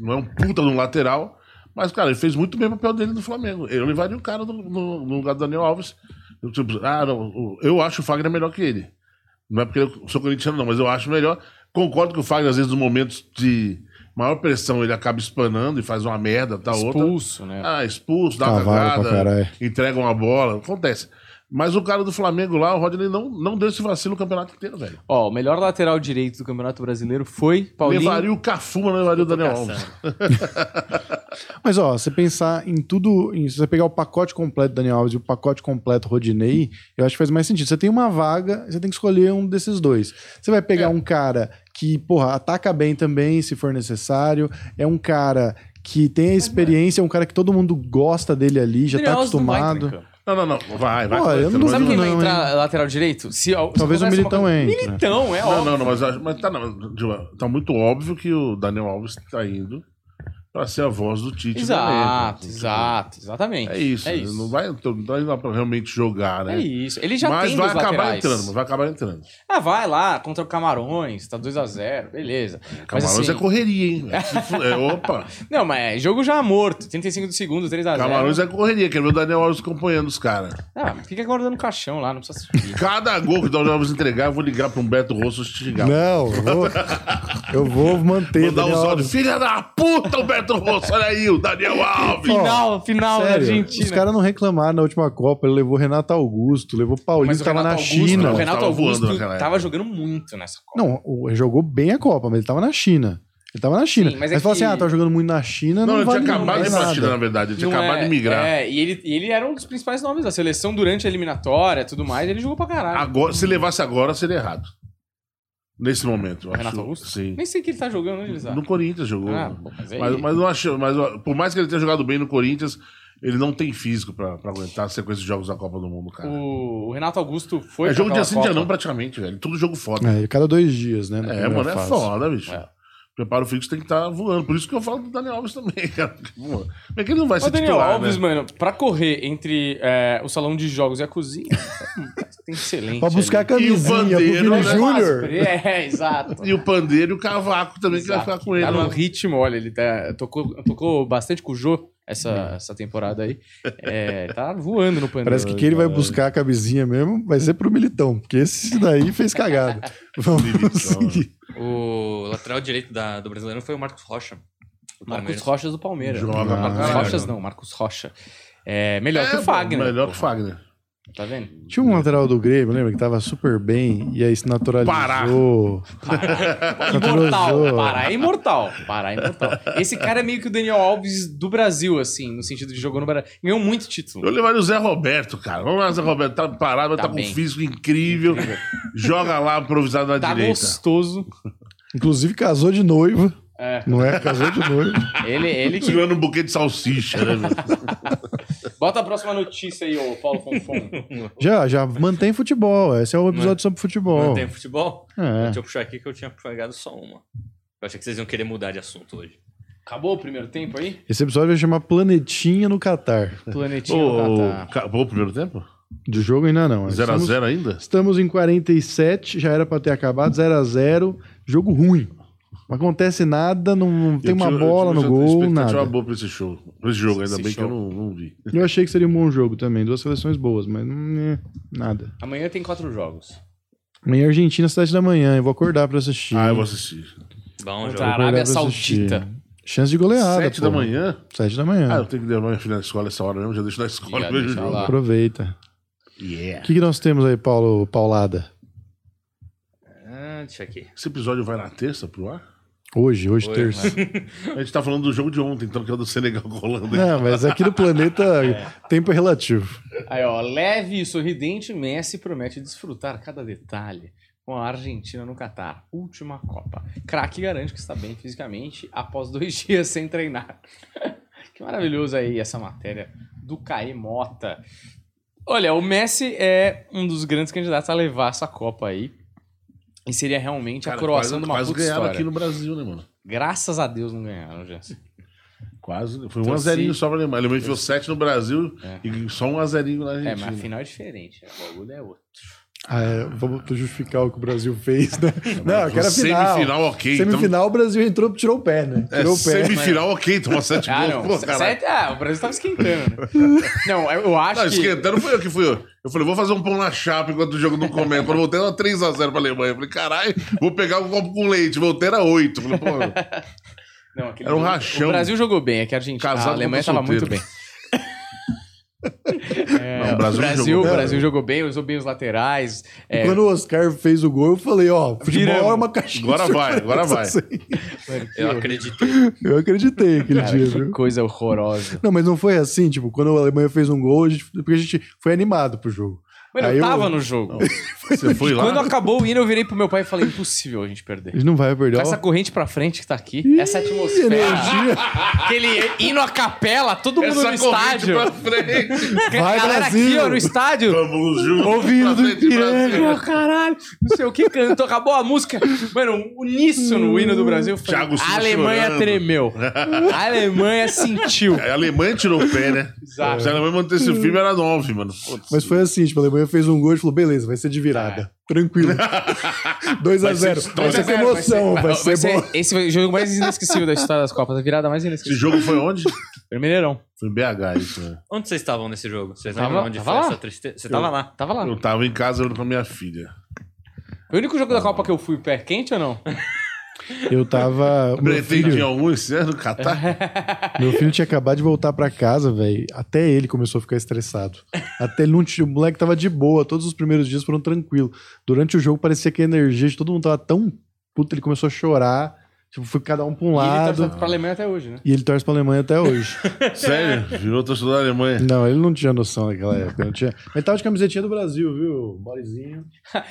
não é um puta de um lateral, mas, cara, ele fez muito bem o papel dele no Flamengo. Ele levaria o cara no, no- no lugar do Daniel Alves. Eu, tipo, ah, não, o- eu acho o Fagner melhor que ele. Não é porque eu sou corintiano, não, mas eu acho melhor. Concordo que o Fagner, às vezes, nos momentos de maior pressão, ele acaba espanando e faz uma merda, tá outra.
Expulso, né?
Ah, expulso, dá uma
Cavalo pra caralho.
cagada, entrega uma bola, acontece. Mas o cara do Flamengo lá, o Rodney, não, não deu esse vacilo o campeonato inteiro, velho.
Ó, o melhor lateral direito do Campeonato Brasileiro foi Paulinho.
Levaria o Cafu, mas não levaria o Daniel
caçando.
Alves.
Mas ó, você pensar em tudo, em- se você pegar o pacote completo do Daniel Alves e o pacote completo Rodinei, eu acho que faz mais sentido. Você tem uma vaga, você tem que escolher um desses dois. Você vai
É.
pegar um cara que, porra, ataca bem também, se for necessário, é um cara que tem a experiência, é um cara que todo mundo gosta dele ali, já
Daniel
tá
Alves não vai
acostumado.
entrar em campo.
Não, não, não. Vai, vai.
Pô,
vai,
eu não
mas-
Sabe quem vai
não,
entrar lateral direito? Se, al- se
Talvez o
acontece
Militão
alguma coisa-
entre.
Militão, é
né? Não,
óbvio.
não, não, mas, acho- mas tá, não, Gil, tá muito óbvio que o Daniel Alves tá indo pra ser a voz do Tite. no elenco.
Exato,
Tipo,
exato, exatamente.
É isso.
É
ele
isso.
Não vai, então, não vai lá pra realmente jogar, né?
É isso. Ele já
mas
tem
vai
dos
acabar
laterais.
entrando, mas vai acabar entrando.
Ah, vai lá, contra o Camarões, tá 2x0, beleza. Mas,
Camarões
assim,
é correria, hein? velho? Se fu- é, opa,
Não, mas é jogo já morto, 35 do segundo, 3x0.
Camarões é correria. Quer ver o Daniel Alves acompanhando os caras.
Ah, fica guardando o caixão lá, não precisa subir.
Cada gol que o Daniel Alves entregar, eu vou ligar pro Humberto Rosso te xingar.
Não, eu vou, eu vou manter.
Mandar
Daniel
os
Alves.
olhos. Filha da puta, Humberto Rosso. Olha aí, o Daniel Alves.
final, final da
Sério,
Argentina.
Os caras não reclamaram na última Copa. Ele levou Renato Augusto, levou Paulinho,
Mas o
que tava na
Renato Augusto-
China.
O Renato
Tava
Augusto
voando né, naquela época.
tava jogando muito nessa Copa.
Não, o- ele jogou bem a Copa, mas ele tava na China. Ele tava na China.
Sim, mas
mas
é
você fala assim:
que-
ah, tá jogando muito na China.
Não,
Não,
ele
vale
tinha acabado
mais
de ir pra
nada.
China, na verdade. Ele tinha
Não
acabado
é-
de migrar.
É, e ele, ele era um dos principais nomes da seleção durante a eliminatória tudo mais, ele jogou pra caralho.
Agora, se levasse agora, seria errado. Nesse momento. eu
Renato
acho.
Augusto?
Sim.
Nem sei que ele tá jogando, onde ele tá.
No Corinthians jogou.
Ah, pô, mas aí-
mas, mas não acho, mas ó, por mais que ele tenha jogado bem no Corinthians, ele não tem físico pra, pra aguentar a sequência de jogos da Copa do Mundo, cara.
O, o Renato Augusto foi.
é
pra
jogo dia
aquela
sim, dia
Copa.
não, praticamente, velho. Tudo jogo foda.
É, cada dois dias, né? na
É,
primeira
mano, é
fase.
foda, bicho.
É.
Preparo fixo tem que estar voando. Por isso que eu falo do Daniel Alves também, cara. Pô, Mas que ele não vai
Mas
ser
o Daniel
titular,
Alves,
né?
mano, pra correr entre é, o salão de jogos e a cozinha, tem excelente.
Pra buscar a
ali.
camisinha pro
Bandeira,
Vini
né?
Júnior.
É, exato.
E o Pandeiro e o Cavaco também, que vai
Exato.
ficar com ele. né?
Tá num
lá.
ritmo, olha, ele tá, tocou, tocou bastante com o Jô essa,
Hum.
essa temporada aí. É, tá voando no pandeiro.
Parece que quem ele vai buscar a camisinha mesmo vai ser pro Militão, porque esse daí fez cagada. Vamos
Militão,
seguir.
O lateral direito da- do brasileiro foi o Marcos Rocha.
Marcos
do Palmeiras.
Rocha do Palmeiras.
Joga
Marcos
pra
caralho.
Rochas não, Marcos Rocha. É melhor que
É,
o Fagner.
Melhor que o
porra.
Fagner.
Tá vendo?
Tinha
né?
um lateral do Grêmio, lembra? Que tava super bem e aí se
Pará.
naturalizou.
Imortal.
Naturalizou.
Pará é imortal. Pará é imortal. Esse cara é meio que o Daniel Alves do Brasil, assim, no sentido de jogou no Brasil. Ganhou muito título.
Eu levaria o Zé Roberto, cara. Vamos lá, Zé Roberto. Tá parado, mas
Tá
tá, com
bem.
um físico incrível. Joga lá improvisado na
Tá
direita.
gostoso.
Inclusive casou de noiva.
É.
Não é? Casou de noiva.
Ele, ele que.
Segurando um buquê de salsicha, né,
Tá.
meu?
Bota a próxima notícia aí, ô Paulo Fonfon.
Já, já mantém futebol. Esse é o episódio sobre
Não
futebol.
tem futebol?
É.
Deixa eu puxar aqui que eu tinha pegado só uma. Eu achei que vocês iam querer mudar de assunto hoje.
Acabou o primeiro tempo aí?
Esse episódio vai chamar Planetinha no Catar.
Planetinho
Ô,
tá, tá.
Acabou o primeiro tempo?
Do jogo ainda não.
0x0
Nós
zero
estamos-
ainda?
Estamos em 47, já era pra ter acabado, 0 a 0 jogo ruim. Não acontece nada, não, não tem
Eu
uma
tive- eu
bola
tive
no
essa
gol,
expectativa
nada.
boa pra esse show. Pra esse jogo, ainda
Esse
bem que eu
show.
não, não vi.
Eu achei que seria um bom jogo também, duas seleções boas, mas hum, é, nada.
Amanhã tem quatro jogos.
Amanhã é Argentina, 7 da manhã, eu vou acordar pra assistir.
Ah, eu vou assistir.
Contra
Bom um jogo.
a
Vou
Arábia
acordar pra assistir.
Saudita.
Chance de goleada.
Sete
pô.
da manhã?
7 da
Ah,
manhã.
eu tenho que levar minha filha na escola essa hora mesmo. Já deixo na escola
Já
e vejo o
deixa
jogo.
lá.
Aproveita. O
Yeah.
que, que nós temos aí, Paulo Paulada?
Ah, deixa aqui.
Esse episódio vai na terça pro ar?
Hoje, hoje,
Oi,
terça.
A gente tá falando do jogo de ontem, então, que é o do Senegal com a Holanda.
Não, mas aqui no planeta, tempo é relativo.
Aí, ó, leve e sorridente, Messi promete desfrutar cada detalhe com a Argentina no Catar, última Copa. Craque garante que está bem fisicamente após dois dias sem treinar. que maravilhoso aí essa matéria do Caê Mota. Olha, o Messi é um dos grandes candidatos a levar essa Copa aí. E seria realmente
Cara,
a coroação
quase,
de uma
quase
puta
ganharam
história.
aqui no Brasil, né, mano?
Graças a Deus não ganharam, É, gente.
Quase. Foi um
Então,
azerinho
se-
só pra Alemanha. A Alemanha enfiou sete no Brasil
É.
e só um azerinho na
É, mas
Argentina.
afinal é diferente, né? O bagulho é outro.
Ah, é, vamos justificar o que o Brasil fez, né? Não, eu quero a final.
Semifinal, ok. então-
Semifinal, o Brasil entrou, tirou o pé, né?
É,
Tirou o pé.
semifinal, ok, tomou sete
Ah,
gols.
não.
Pô,
Se-
caralho.
sete- ah, o Brasil tava esquentando. né? não, eu eu acho
Não,
que.
esquentando foi eu que fui. Eu Eu falei, vou fazer um pão na chapa enquanto o jogo não começa. Quando eu voltei, era 3x0 pra Alemanha. Eu falei, caralho, vou pegar um copo com leite. Voltei, era 8. Falei, pô,
Não, aquele
Era um
jogo-
rachão.
O Brasil jogou bem, é que a Argentina.
Casado
a Alemanha
contra
tava muito
solteiro.
bem. É,
Não, o
o
Brasil
Brasil,
jogou
o
bem.
Brasil jogou bem, usou bem os laterais. É,
Quando o Oscar fez o gol, eu falei, ó, futebol
Viramos.
é uma caixinha. de
Agora vai, agora vai.
surpresa, assim.
Eu acredito.
Eu acreditei aquele
cara,
dia,
que
viu?
coisa horrorosa.
Não, mas não foi assim, tipo, quando a Alemanha fez um gol, a gente- porque a gente foi animado pro jogo.
Mano, eu
Aí eu-
tava no jogo.
Você foi lá?
Quando acabou o hino, eu virei pro meu pai e falei: impossível a gente perder.
Ele não vai perder.
Com
ó.
essa corrente pra frente que tá aqui, essa
Ih,
atmosfera,
energia.
aquele hino a capela, todo mundo no
Essa corrente
estádio.
pra frente.
Vai,
galera aqui,
Brasil.
ó, no estádio.
Vamos juntos.
Ouvindo do
pra frente,
Ipiranga.
Brasil.
Pô, caralho, não sei o que cantou, acabou a música. Mano, uníssono o hino do Brasil. Eu falei,
Thiago Silva
a Alemanha
chorando.
tremeu. A Alemanha sentiu.
A Alemanha tirou o pé, né?
Exato.
Se a Alemanha mantesse o filme, era nove, mano. Putz.
Mas foi assim, tipo, a Alemanha fez um gol e falou, beleza, vai ser de virada. Tranquilo. 2x0. Vai ser com emoção, vai ser bom.
Esse foi o jogo mais inesquecível da história das Copas. A virada mais
Esse
inesquecível.
jogo foi onde?
Primeirão.
Foi em BH, isso, né?
Onde vocês estavam nesse jogo? Vocês
Tava-
lembram onde
tava
foi
lá.
essa tristeza? Você tava lá.
Tava lá.
Eu tava em casa com a minha filha.
Foi o único jogo da Copa que eu fui pé quente ou não?
Eu tava. Meu
Pretende em
filho,
algum um, esse ano, Catar?
meu filho tinha acabado de voltar pra casa, velho. Até ele começou a ficar estressado. Até ele não tinha. O moleque tava de boa, todos os primeiros dias foram tranquilos. Durante o jogo parecia que a energia de todo mundo tava tão puta, ele começou a chorar. Tipo, foi cada um pra um
E ele
lado.
torce tá pra Alemanha até hoje, né?
E ele torce pra Alemanha até hoje.
Sério? Virou torcedor da Alemanha.
Não, ele não tinha noção naquela época. Não tinha... Ele tava de camisetinha do Brasil, viu? Bolezinho.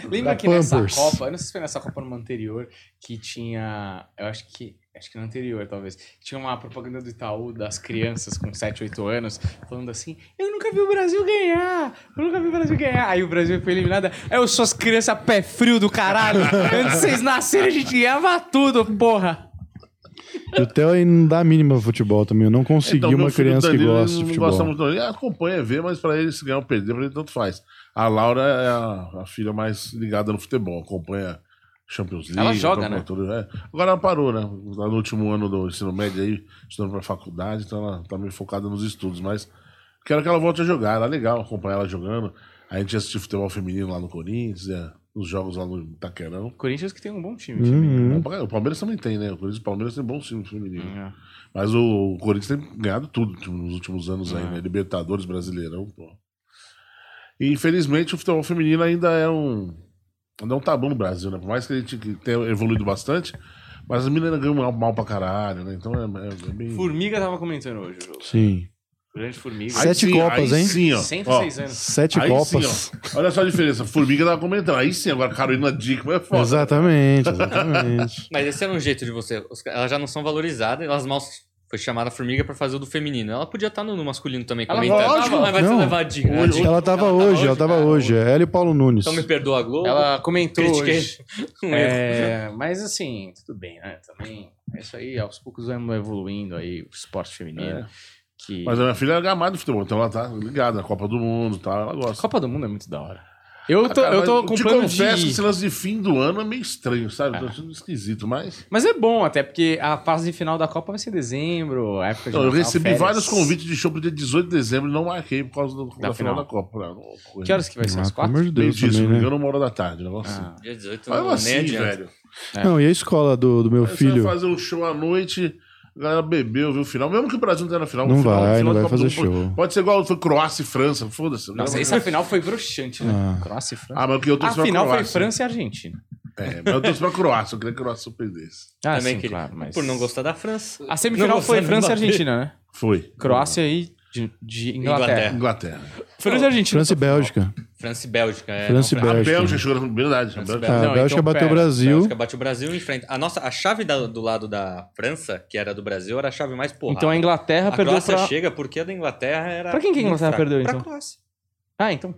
Lembra
Da
que nessa
Pampers.
Copa, eu não sei se foi nessa Copa ou numa anterior, que tinha. Eu acho que. Acho que na anterior, talvez. Tinha uma propaganda do Itaú das crianças com 7, 8 anos, falando assim: Eu nunca vi o Brasil ganhar! Eu nunca vi o Brasil ganhar! Aí o Brasil foi eliminado. "É, Eu sou as crianças pé frio do caralho! Antes de vocês nascerem, a gente ganhava tudo, porra!
E o Theo aí não dá a mínima pro futebol também. Eu não consegui
Então, meu
uma
filho
criança que
Danilo, ele
gosta de
não
futebol.
gosta muito, não. ele acompanha, vê, mas pra ele se ganhar ou perder, pra ele tanto faz. A Laura é a, a filha mais ligada no futebol, acompanha Champions League.
Ela joga,
acompanha
né?
tudo, é. Agora ela parou, né? Lá no último ano do ensino médio aí, estudando pra faculdade, então ela tá meio focada nos estudos, mas quero que ela volte a jogar, era legal acompanhar ela jogando. A gente assistiu futebol feminino lá no Corinthians, é, os jogos lá no Itaquerão.
Corinthians que tem um bom time.
Uhum.
O Palmeiras também tem, né? O Corinthians e o Palmeiras tem bons times femininos.
É.
Mas o, o Corinthians tem ganhado tudo tipo, nos últimos anos aí, né? Libertadores, Brasileirão, pô. E infelizmente o futebol feminino ainda é um. Ainda é um tabu no Brasil, né? Por mais que a gente que tenha evoluído bastante, mas as meninas ganham mal, mal pra caralho, né? Então é, é- é bem.
Formiga tava comentando hoje o jogo.
Sim.
Grande Formiga.
Aí
Sete Copas,
aí
hein?
Sim, ó. Ó,
106 anos.
Sete
aí
Copas.
sim, ó. Olha só a diferença. Formiga tava comentando. Aí sim, agora Carolina Dickman é foda.
Exatamente, exatamente.
Mas esse era um jeito de você. os ca- Elas já não são valorizadas, elas mal. Foi chamada formiga pra fazer o do feminino. Ela podia estar no, no masculino também
Ela-
comentando.
lógico,
Ela vai ser
não.
levadinha.
Hoje- hoje-
ela tava hoje, ela tava
cara.
hoje. É ela e o Paulo Nunes.
Então me perdoa a Globo.
Ela comentou
Critiquei.
hoje.
Um erro.
É, mas assim, tudo bem, né? Também. é Isso aí, aos poucos vamos evoluindo aí o esporte feminino. Que...
Mas a minha filha é gamada de futebol, então ela tá ligada na Copa do Mundo e tal, ela gosta.
Copa do Mundo é muito da hora. Eu tô,
Cara,
eu tô
mas
com
te
plano de. Ah.
confesso que
ir.
esse lance de fim do ano é meio estranho, sabe? Tô achando esquisito, mas.
Mas é bom até, porque a fase final da Copa vai ser em dezembro, a época de.
Não, eu
Natal,
recebi
férias.
vários convites de show pro dia 18 de dezembro e não marquei por causa do- da,
Da
final
final.
da Copa. Não, não ocorreu.
Que horas que vai ser? Às
Ah, pelo amor
quatro?
de
Meio
Deus
disso, se não
também,
me
né?
engano, uma hora da tarde, um negócio assim.
Ah,
Dia 18,
Mas
não
assim,
nem adianta.
velho.
É.
Não, e a escola do, do meu
Aí Você
filho?
vai fazer um show à noite, a galera bebeu, viu o final. Mesmo que o Brasil não tenha na um final.
Não
o final, o
vai,
final
não
da
vai
Copa do
fazer
Mundo
show.
Pode, pode ser igual foi Croácia e França, foda-se.
Nossa,
Não,
essa final foi bruxante, né?
Ah.
Croácia e França.
Ah, mas o que eu tô
a final foi
Croácia.
França e Argentina.
É, mas eu torço pra Croácia, eu queria que a Croácia surpreendesse.
Ah,
Também
sim,
queria.
claro, mas...
Por não gostar da França.
A semifinal foi França e Argentina, né?
Foi.
Croácia e de, de
Inglaterra.
Inglaterra.
Inglaterra.
França e Argentina.
França e Bélgica.
França e Bélgica. É,
França e
não,
A
Bélgica.
Bélgica chegou na verdade. A Bélgica.
Ah,
Não,
a Bélgica
então
bateu o
pera,
Brasil.
Bélgica bate o Brasil em frente. A nossa, a chave da- do lado da França, que era do Brasil, era a chave mais porra.
Então a Inglaterra
a
perdeu
Croácia
pra...
chega porque a da Inglaterra era.
Pra quem que a
muito
Inglaterra
fraca.
perdeu,
Pra
então?
Croácia.
Ah, então.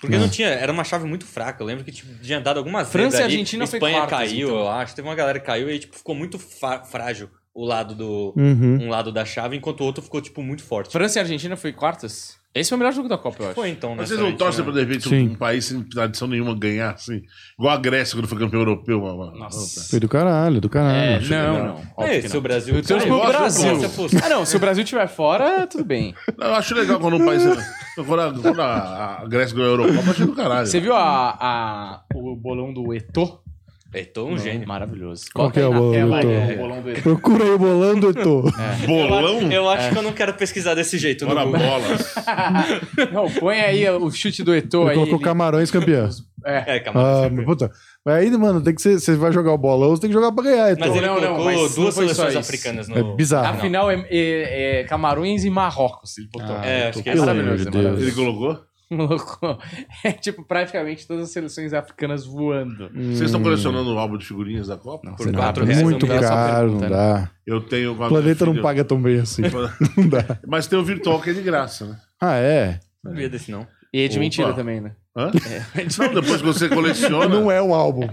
Porque
É.
não tinha, era uma chave muito fraca. Eu lembro que tipo, tinha dado algumas
França
vezes
e
ali,
Argentina foi
Espanha
quartas,
caiu,
então.
eu acho. Teve uma galera que caiu e tipo, ficou muito fa- frágil o lado do.
Uhum.
Um lado da chave, enquanto o outro ficou, tipo, muito forte.
França e Argentina foi quartas? Esse foi o melhor jogo da Copa, eu acho.
Foi então, né?
Mas vocês não torcem pra, de repente,
Sim.
um país sem tradição nenhuma ganhar, assim? Igual a Grécia, quando foi campeão europeu. Uma, uma-
Nossa.
Foi do caralho, do
É,
caralho.
não,
não.
não.
É,
Óbvio que
se
não.
o Brasil.
Eu torço
Cara,
pro
eu gosto
Brasil.
do Brasil.
Ah, não. Se o Brasil estiver fora, tudo bem.
Eu acho legal quando um país... quando a, quando a- a Grécia ganhou a Eurocopa, eu achei do caralho.
Você viu a, a- o bolão do Eto?
É, tô um gênio.
Maravilhoso.
Qual
Bota
que é
aí
o
na
bolão
tela
do
aí,
Eto'o?
o bolão do Eto'o.
Procura aí o bolando, Eto.
Bolão?
Eu acho que eu não quero pesquisar desse jeito no
Bora
Google.
bolas.
Não, põe aí o chute do Eto
Ele
aí.
colocou Camarões campeão.
É.
É, calma.
Ah, mas puta. Mas aí, mano, tem que ser, você vai jogar o bolão, você tem que jogar pra ganhar, Eto.
Mas Então, ele
Não, não,
colocou
mas não
duas
foi só
seleções
isso.
africanas no.
É bizarro.
A final é, é- é Camarões e Marrocos. Ele botou.
Ah,
É,
Eto,
acho que é
pelo
maravilhoso,
amor de
é
Deus.
Ele colocou?
Louco. É tipo praticamente todas as seleções africanas voando.
Vocês estão colecionando o álbum de figurinhas da Copa?
Não,
Por
você não
quatro
abre.
reais,
Hum, Muito
não dá essa
caro,
pergunta,
não dá.
Eu tenho. com a
O
minha
planeta não
filha-
paga tão bem assim. Não dá.
Mas tem o virtual que é de graça, né?
Ah, é?
Não sabia desse, não.
E é de
Opa.
mentira também, né?
Hã? Não, depois que você coleciona.
Não é um álbum.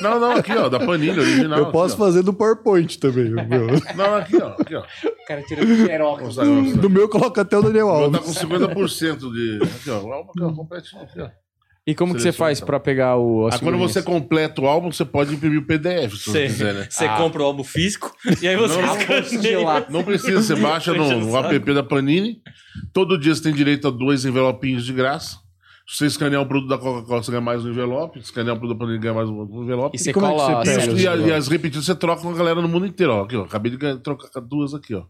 Não, não, aqui, ó, da Panini original.
Eu posso
aqui,
fazer do PowerPoint também. Meu.
ó. assim, Não, aqui, ó. Aqui, ó.
O cara tira o xerox.
Mostrar, mostrar.
Hum, Do meu coloca até o Daniel
Vou tá com
Alves.
50% de. Aqui, ó. é O álbum aqui, ó, completinho aqui, ó.
E como que você
Seleção,
faz
então.
pra pegar o. as
Tipo assim,
Ah, quando
figurinhas?
você completa o álbum, você pode imprimir o PDF, se você
Você,
quiser, né?
você
Ah.
compra o álbum físico e aí Ah, você
Não, não,
escaneia.
vou lá.
Não precisa, você baixa no, no app da Panini. Todo dia você tem direito a dois envelopinhos de graça. Se você escanear um produto da Coca-Cola, você ganha mais um envelope. Se escanear um produto da Panini, ganha mais um envelope.
E você
E como é que
cola
você
a
pega?
seleção.
E, a- e as repetidas você troca com a galera no mundo inteiro. Ó, aqui, ó. Acabei de ganhar- trocar com duas aqui, ó.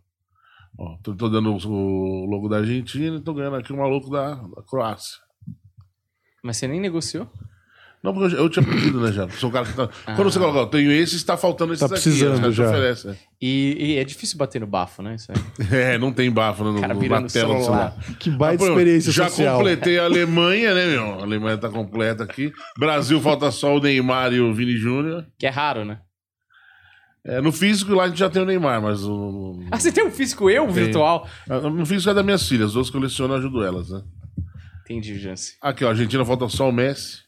Ó, tô, tô dando os- o logo da Argentina e tô ganhando aqui o maluco da, da Croácia.
Mas você nem negociou?
Não, porque eu, já- eu tinha pedido, né, já? Sou o cara que tá... Quando você coloca, ó, tenho esse, está faltando esse
Ah. Tá precisando já.
Oferece, né?
E, e é difícil bater no bafo, né? Isso aí.
É, não tem bafo né, no,
cara
no-
virando
na
o
tela do
celular.
celular.
Que baita
Mas, pô,
experiência
Ah, Já
social.
completei a Alemanha, né, meu? A Alemanha tá completa aqui. Brasil falta só o Neymar e o Vini Júnior.
Que é raro, né?
É, no físico lá a gente já tem o Neymar, mas o-
Ah, você tem um físico eu, virtual?
no, no físico é da minhas filhas. As duas colecionam, eu ajudo elas, né?
Entendi, Jance.
Aqui, ó, Argentina falta só o Messi.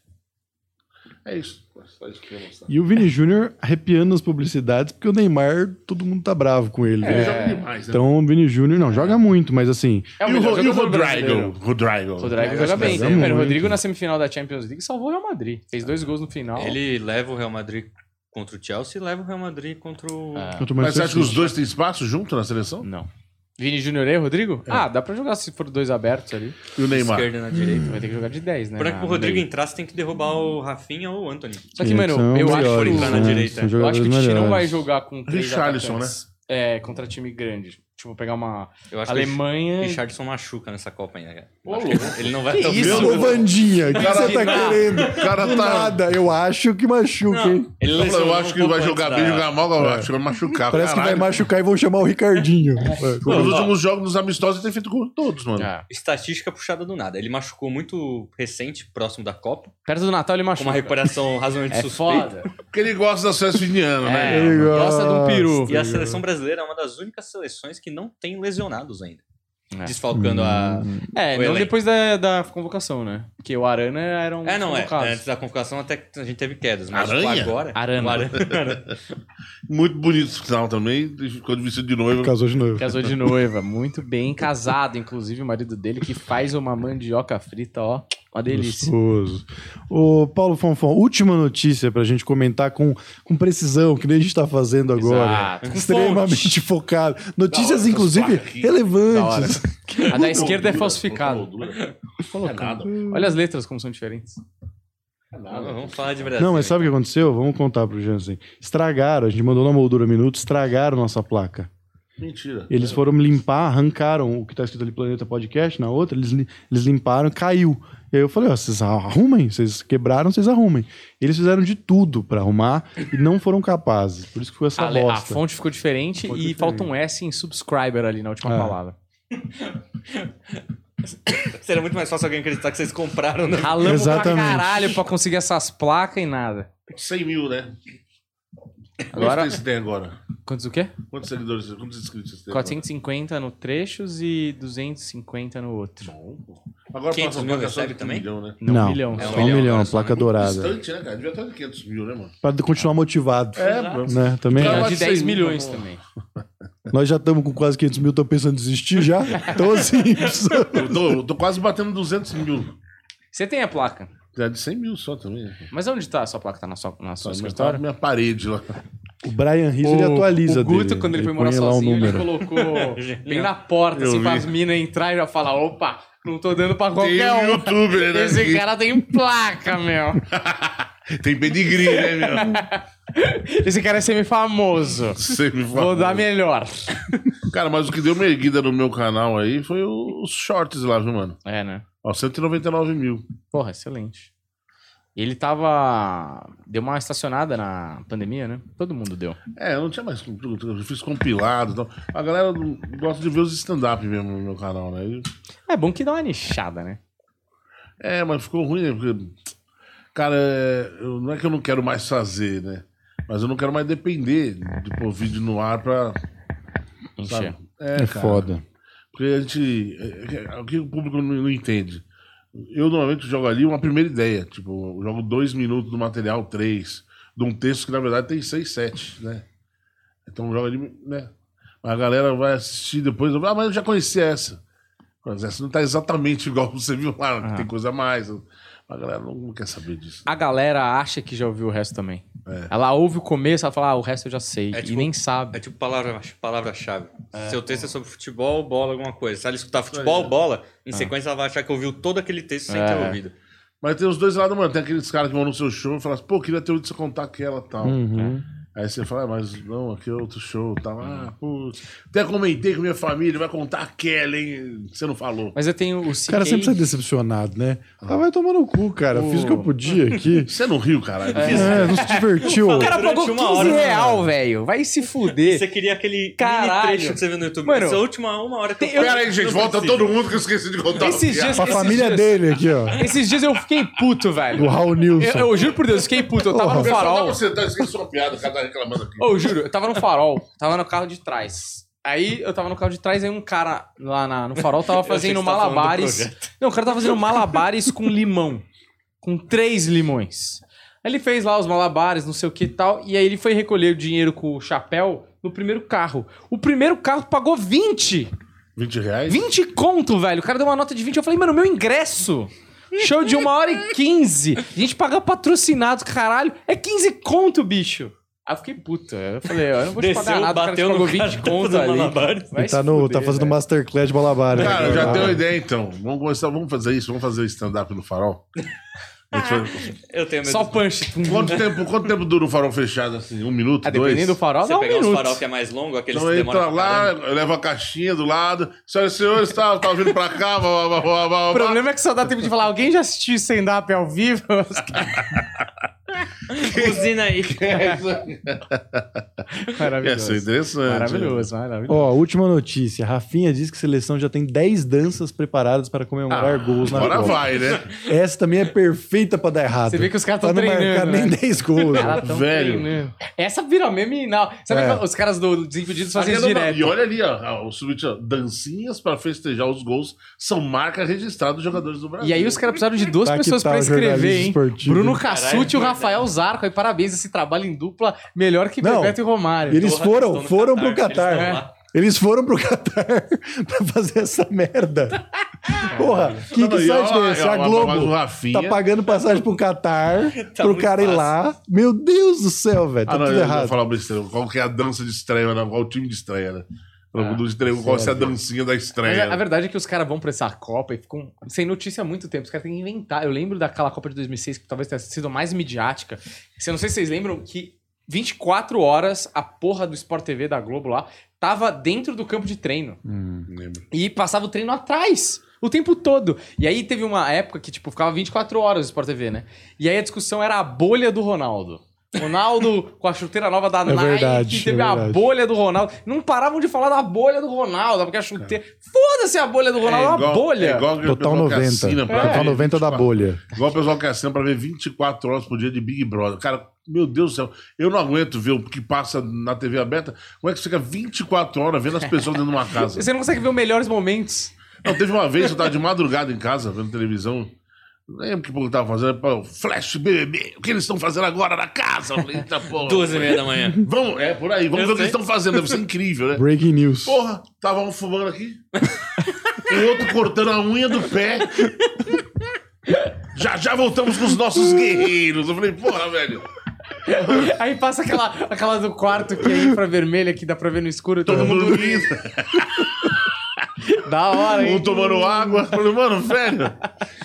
É isso. Só isso que eu ia mostrar.
E o Vini Júnior arrepiando as publicidades, porque o Neymar, todo mundo tá bravo com ele.
Ele
né?
joga demais, né?
Então o Vini Júnior não joga muito, mas assim,
É
e o, Ro- e o
jogador
Rodrigo?
brasileiro.
Rodrigo.
O Rodrigo joga bem.
joga
Pera, o
muito.
Rodrigo na semifinal da Champions League salvou o Real Madrid. Fez dois gols no final.
Ele leva o Real Madrid contra o Chelsea e leva o Real Madrid contra o.
Ah.
contra o
Mas você acha que
Manchester
os dois têm espaço junto na seleção?
Não. Vini Júnior e Rodrigo?
É.
Ah, dá pra jogar se for dois abertos ali.
E o Neymar?
Esquerda na direita.
Vai ter que jogar de 10, né?
Pra que
na-
o
no
Hum, Rodrigo
meio.
entrasse, tem que derrubar o Rafinha ou o Anthony.
Só que, mano,
são
eu acho,
melhores,
que o- na
né?
direita.
São
eu acho que o
jogadores
Tite não vai
melhores.
jogar com três
Richarlison,
atacantes. É, contra time grande. Tipo, pegar uma
Eu acho que o
Alemanha... e-
Richardson machuca nessa Copa ainda. cara. Eu
Ô,
acho que ele- ele não vai
Que
tão
isso?
Ô, Vandinha, o que
Cara,
você tá
não.
querendo?
O cara
Do
tá.
nada, eu acho que machuca, hein?
Não, ele
Ele falou,
lesionou
eu
um
acho que
pouco
vai
antes
jogar
da-
né?
bem, jogar mal, eu
É.
acho que vai machucar.
Parece que vai
Caralho.
machucar e vão chamar o Ricardinho.
Nos últimos jogos, nos amistosos, ele tem feito gol todos, mano.
Ah,
Estatística puxada do nada. Ele machucou muito recente, próximo da Copa,
perto do Natal ele
com
machuca.
uma recuperação razoavelmente
É foda.
suspeita.
Porque ele gosta das festas de indiano, né?
É,
Ele
gosta de um peru.
E a seleção brasileira é uma das únicas seleções que não tem lesionados ainda.
É.
Desfalcando a.
É,
O
não
elenco.
depois da, da convocação, né? Porque o Arana era um
É, não, é.
convocado.
Antes da convocação até que a gente teve quedas, mas tipo,
Aranha?
agora.
Arana.
o Arana.
Muito bonito o final também. Ele Ficou de vestido de noiva.
Casou de novo.
Casou de noiva, muito bem casado, inclusive o marido dele que faz uma mandioca frita, ó, uma delícia.
Gostoso. Ô, Paulo Fonfon, última notícia pra gente comentar com, com precisão, que nem a gente tá fazendo agora.
Exato. Com
Extremamente focado.
Da
Notícias,
hora,
inclusive,
essas placas aqui.
Da hora.
relevantes.
A da esquerda é
Moldura,
falsificada.
moldura.
Fala,
É
cara.
nada.
Olha as letras como são diferentes.
É
Ah, Não,
nada.
Vamos falar de verdade.
Não, mas sabe o que aconteceu? Vamos contar pro Jansen. Estragaram, a gente mandou na moldura um minuto, estragaram nossa placa.
Mentira.
Eles foram limpar, arrancaram o que tá escrito ali Planeta Podcast na outra, eles, li- eles limparam, caiu. E aí eu falei, ó, vocês arrumem, vocês quebraram, vocês arrumem. Eles fizeram de tudo pra arrumar e não foram capazes. Por isso que foi essa
A, le- a
bosta.
fonte ficou diferente
Fonte
e
diferente.
falta um S em subscriber ali na última
É.
palavra.
Seria muito mais fácil alguém acreditar que vocês compraram, né?
Ralamos pra
Exatamente.
caralho pra conseguir essas placas e nada.
100 mil, né?
Agora-
Quantos você tem agora?
Quantos o quê?
Quantos seguidores, quantos inscritos você tem?
450 no trechos e 250 no outro.
Bom, pô. Agora
500
passa
mil
uma placação
recebe
de
também?
também? milhão, né?
Não,
não,
um milhão.
É
só
um
um
milhão,
milhão,
agora
a
só,
placa
né?
dourada.
Distante, né, cara? Devia estar de 500 mil, né, mano?
Pra continuar motivado.
É,
Né, também.
Tem
Cara,
a de
mas
10
sei,
milhões
vamos lá.
também.
Nós já estamos com quase 500 mil, tô pensando em desistir já. Então assim,
eu tô, eu tô quase batendo 200 mil.
Você tem a placa.
É de 100 mil só também. né?
Mas onde tá a sua placa? Tá na sua, na sua
Só
escritório?
minha parede lá.
o Brian Rizzo ele
O-
atualiza
O Guto,
dele.
quando ele, foi
põe
morar
lá o
sozinho, ele
número.
colocou bem na porta,
Eu
assim,
vi.
pra as minas entrar e já falar: opa, não tô dando pra
Tem
qualquer
um
um.
youtuber, né?
Esse
que-
cara tem placa, meu.
Tem pedigree, né, meu?
Esse cara é semi-famoso.
Você me fala.
Vou dar melhor.
Cara, mas o que deu uma erguida no meu canal aí foi os shorts lá, viu, mano?
É, né?
Ó, 199 mil.
Porra, excelente. Ele tava. Deu uma estacionada na pandemia, né? Todo mundo deu.
É, eu não tinha mais. Eu fiz compilado e tal. A galera não- gosta de ver os stand-up mesmo no meu canal, né?
É bom que dá uma nichada, né?
É, mas ficou ruim, né? Porque, cara, é, eu- não é que eu não quero mais fazer, né? Mas eu não quero mais depender de pôr vídeo no ar pra.
Encher.
sabe? É,
É
cara.
foda.
Porque a gente. é, é, O que o público não, não entende? Eu normalmente jogo ali uma primeira ideia. Tipo, eu jogo dois minutos do material, três, de um texto que na verdade tem seis, sete, né? Então eu jogo ali, né? Mas a galera vai assistir depois. Ah, mas eu já conhecia essa. Mas essa não tá exatamente igual você viu lá,
Ah.
tem coisa a mais. A galera não, não quer saber disso.
A galera acha que já ouviu o resto também.
É.
Ela ouve o começo, ela fala, ah, o resto eu já sei.
É
e
tipo-
nem sabe.
É tipo palavra- palavra-chave. Seu texto é sobre futebol, bola, alguma coisa. Se ela escutar futebol, bola, em sequência ela vai achar que ouviu todo aquele texto sem ter
Ah. É.
ouvido.
Mas tem os dois lados, mano. Tem aqueles caras que vão no seu show e falam assim, pô, queria ter ouvido você contar aquela e tal.
Uhum.
É.
Aí você fala, ah, mas não, aqui é outro show, tá? Ah, putz. Até comentei com minha família, vai contar aquela, hein? Você não falou.
Mas eu tenho o
O cara sempre sai
CK.
decepcionado, né? Ah, vai tomar no cu, cara. Fiz o que eu podia aqui.
Você não riu, caralho.
É, não se divertiu.
O cara pagou
Durante
15
uma hora, né,
real, velho. Vai se fuder.
Você queria aquele
Caralho.
mini trecho que você viu no YouTube.
Mano,
Essa última uma hora que
tem-
eu
Pera aí, gente,
Não
volta
precisa.
todo mundo que eu esqueci de contar.
Esses
piada.
dias-
Pra
Esses
família
dias-
dele aqui, ó.
Esses dias eu fiquei puto,
Do
velho.
Raul
Eu,
Nilson.
eu juro por Deus, eu fiquei puto. Eu tava no
Pessoal, dá
farol.
pra sentar, eu esqueci uma piada, o cara tá reclamando aqui.
Ô, eu juro, eu tava no farol, tava no carro de trás. Aí eu tava no carro de trás, aí um cara lá na- no farol tava
achei que
fazendo
você tava falando do
malabares.
projeto.
Não, o cara tava fazendo malabares com limão. Com três limões. Aí ele fez lá os malabares, não sei o que e tal. E aí ele foi recolher o dinheiro com o chapéu no primeiro carro. O primeiro carro pagou 20!
20 reais?
20 conto, velho. O cara deu uma nota de 20. Eu falei, mano, meu ingresso. Show de uma hora e 15. A gente paga patrocinado, caralho. É 15 conto, bicho. Aí eu fiquei puta. Eu falei, ó, eu não vou te pagar
Desceu,
nada.
bateu
o
no
cara te pagou
cara,
20
tá
conto
fazendo
ali.
malabares.
Vai
Ele tá,
se
no,
fuder,
tá fazendo
velho.
Masterclass de Malabar. né?
Cara, eu já tenho uma ideia então. Vamos começar, vamos fazer isso, vamos fazer stand-up no farol. A gente vai-
Eu tenho medo.
Só punch.
Quanto tempo, quanto tempo dura um farol fechado assim? Um minuto,
Ah,
dois?
dependendo do farol,
você
dá um
pegar uns
minuto.
farol que é mais longo, aqueles
Então
que
entra
demoram pra
lá,
caramba.
eu levo a caixinha do lado. Senhoras e senhores, tá, tá vindo pra cá, blá, blá, blá, blá, blá,
O
blá.
problema é que só dá tempo de falar, alguém já assistiu stand-up ao vivo?
Cozinha aí. É,
Ia ser
Maravilhoso.
interessante.
Maravilhoso, maravilhoso.
Ó, última notícia. Rafinha diz que a seleção já tem 10 danças preparadas para
Ah,
comemorar gols na
Agora
Copa.
vai, né?
Essa também é perfeita pra dar errado.
Você vê que os caras
Pra
estão
não marcar
treinando. né?
nem 10 gols.
Ela tão
Velho.
treinando. Essa vira meme não. Sabe
É.
aquela- os caras do Desimpedidos fazem isso
Aquela- é
direto.
E olha ali, ó, ó, o subtítulo, ó, dancinhas para festejar os gols são marca registrada dos jogadores do Brasil.
E aí os caras precisaram de duas
Tá que
pessoas
tá
pra
o
escrever,
jornalismo
hein?
esportivo.
Bruno
Caralho,
Cassucci e o
verdade.
Rafael Zarco. E parabéns esse trabalho em dupla, melhor que
Não.
Bebeto e Romário.
Eles
Porra,
foram,
estão no
foram pro
Catar,
Catar.
eles
Eles,
estão lá.
foram pro Catar pra fazer essa merda. Porra, que, que
Não, e
site
olha
é
lá,
esse?
ó,
A
mas o
Globo
Rafinha-
tá pagando passagem pro Catar,
Tá
pro
muito
cara ir
fácil.
lá. Meu Deus do céu, velho, tá
Ah, não,
tudo
eu vou
errado.
falar besteira. Qual que é a dança de estreia, né? qual o time de estreia, né?
Ah,
Do estreia, qual é a dancinha da
Mas
estreia? né?
a, a verdade é que os caras vão pra essa Copa e ficam sem notícia há muito tempo. Os caras têm que inventar. Eu lembro daquela Copa de 2006, que talvez tenha sido a mais midiática. Se eu não sei se vocês lembram que 24 horas a porra do Sport TV da Globo lá tava dentro do campo de treino.
Hum.
Não lembro.
E passava o treino atrás. O tempo todo. E aí teve uma época que, tipo, ficava 24 horas o Sport TV, né? E aí a discussão era a bolha do Ronaldo. Ronaldo com a chuteira nova da Nike.
É verdade,
teve
é
a
verdade.
bolha do Ronaldo. Não paravam de falar da bolha do Ronaldo, porque a chuteira. Foda-se a bolha do Ronaldo, é uma bolha. É.
é igual que o
Total
pessoal que
90.
assina pra
Total
ver tipo,
90 da
24
bolha.
Igual o pessoal que assina pra ver 24 horas por dia de Big Brother. Cara, meu Deus do céu, eu não aguento ver o que passa na TV aberta. Como é que você fica 24 horas vendo as pessoas dentro de uma casa?
Você não consegue ver os melhores momentos.
Não, teve uma vez que eu tava de madrugada em casa, vendo televisão. Não lembro que porra eu tava fazendo. Pô, Flash BBB, o que eles estão fazendo agora na casa? Eu falei, Eita porra.
Duas e meia da manhã.
Vamos, é, por aí. Vamos
Eu
ver o que eles
sei.
estão fazendo. Deve ser incrível, né?
Breaking news.
Porra, tava um fumando aqui. o outro cortando a unha do pé. Já já voltamos com os nossos guerreiros. Eu falei, porra, velho.
Aí passa aquela, aquela do quarto que é infravermelha, que dá pra ver no escuro. Todo mundo
dormindo.
da hora, hein?
Um tomando água. Eu falei, mano, velho.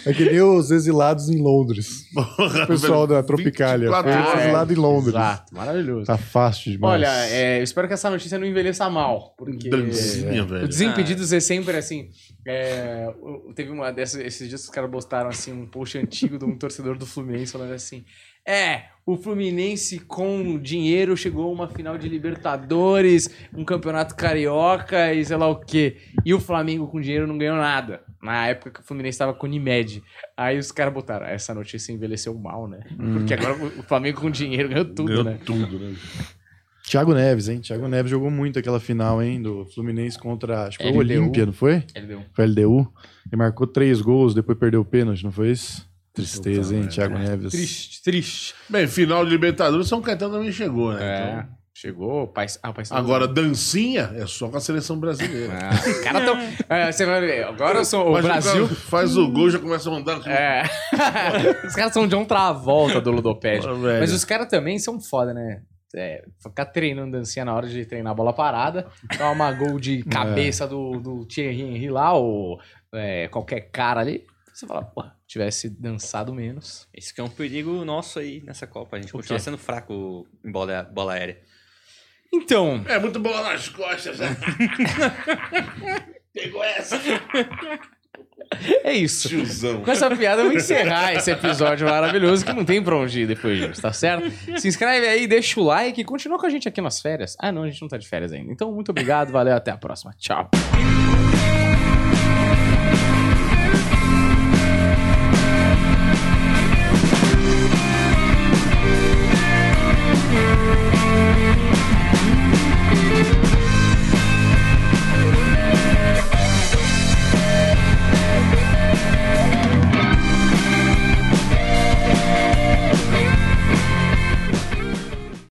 É que nem os exilados em Londres.
Porra,
O pessoal
velho,
da Tropicália.
24
Foi
horas.
exilado em Londres.
É, Exato, maravilhoso.
Tá fácil demais.
Olha, é, eu espero que essa notícia não envelheça mal, porque...
Dancinha,
O
velho.
Desimpedidos é sempre assim. é, o- teve uma dessas. Esses dias os caras postaram assim, um post antigo de um torcedor do Fluminense falando assim: É, o Fluminense com dinheiro chegou a uma final de Libertadores, um campeonato carioca e sei lá o quê. E o Flamengo com dinheiro não ganhou nada. Na época que o Fluminense estava com o Unimed. Aí os caras botaram, "Ah, essa notícia envelheceu mal, né? Porque agora o Flamengo com dinheiro ganhou tudo,
Deu
né?
tudo, né?
Thiago Neves, hein? Thiago Neves jogou muito aquela final, hein? Do Fluminense contra. Acho que
É,
foi o
LDU.
Olímpia, não foi?
Ele deu um.
Foi LDU. E marcou três gols, depois perdeu o pênalti, não foi isso? né? Tristeza, hein,
Puta
Thiago Neves.
Triste, triste.
Bem, final de Libertadores, São Caetano também chegou, né?
É,
Então,
chegou, o Pais... ah, o Pais...
agora, dancinha é só com a seleção brasileira.
Ah, os caras tão... É, você vai ver, agora são o
Mas
Brasil...
cara faz o gol, já começa a mandar.
É. os caras são de um travolta do Ludoped.
Ah, velho.
Mas os caras também são foda, né? É, ficar treinando dancinha na hora de treinar a bola parada, toma gol de cabeça do, do Thierry Henry lá, ou é, qualquer cara ali. Você fala, pô, tivesse dançado menos.
Isso que é um perigo nosso aí nessa Copa. A gente
O
continua
quê?
sendo fraco em bola, bola aérea.
Então,
É muito bola nas costas. né? Pegou essa.
é isso.
Tiozão.
Com essa piada eu vou encerrar esse episódio maravilhoso que não tem pra onde ir depois disso, tá certo? Se inscreve aí, deixa o like e continua com a gente aqui nas férias. Ah, não, a gente não tá de férias ainda. Então, muito obrigado, valeu, até a próxima. Tchau.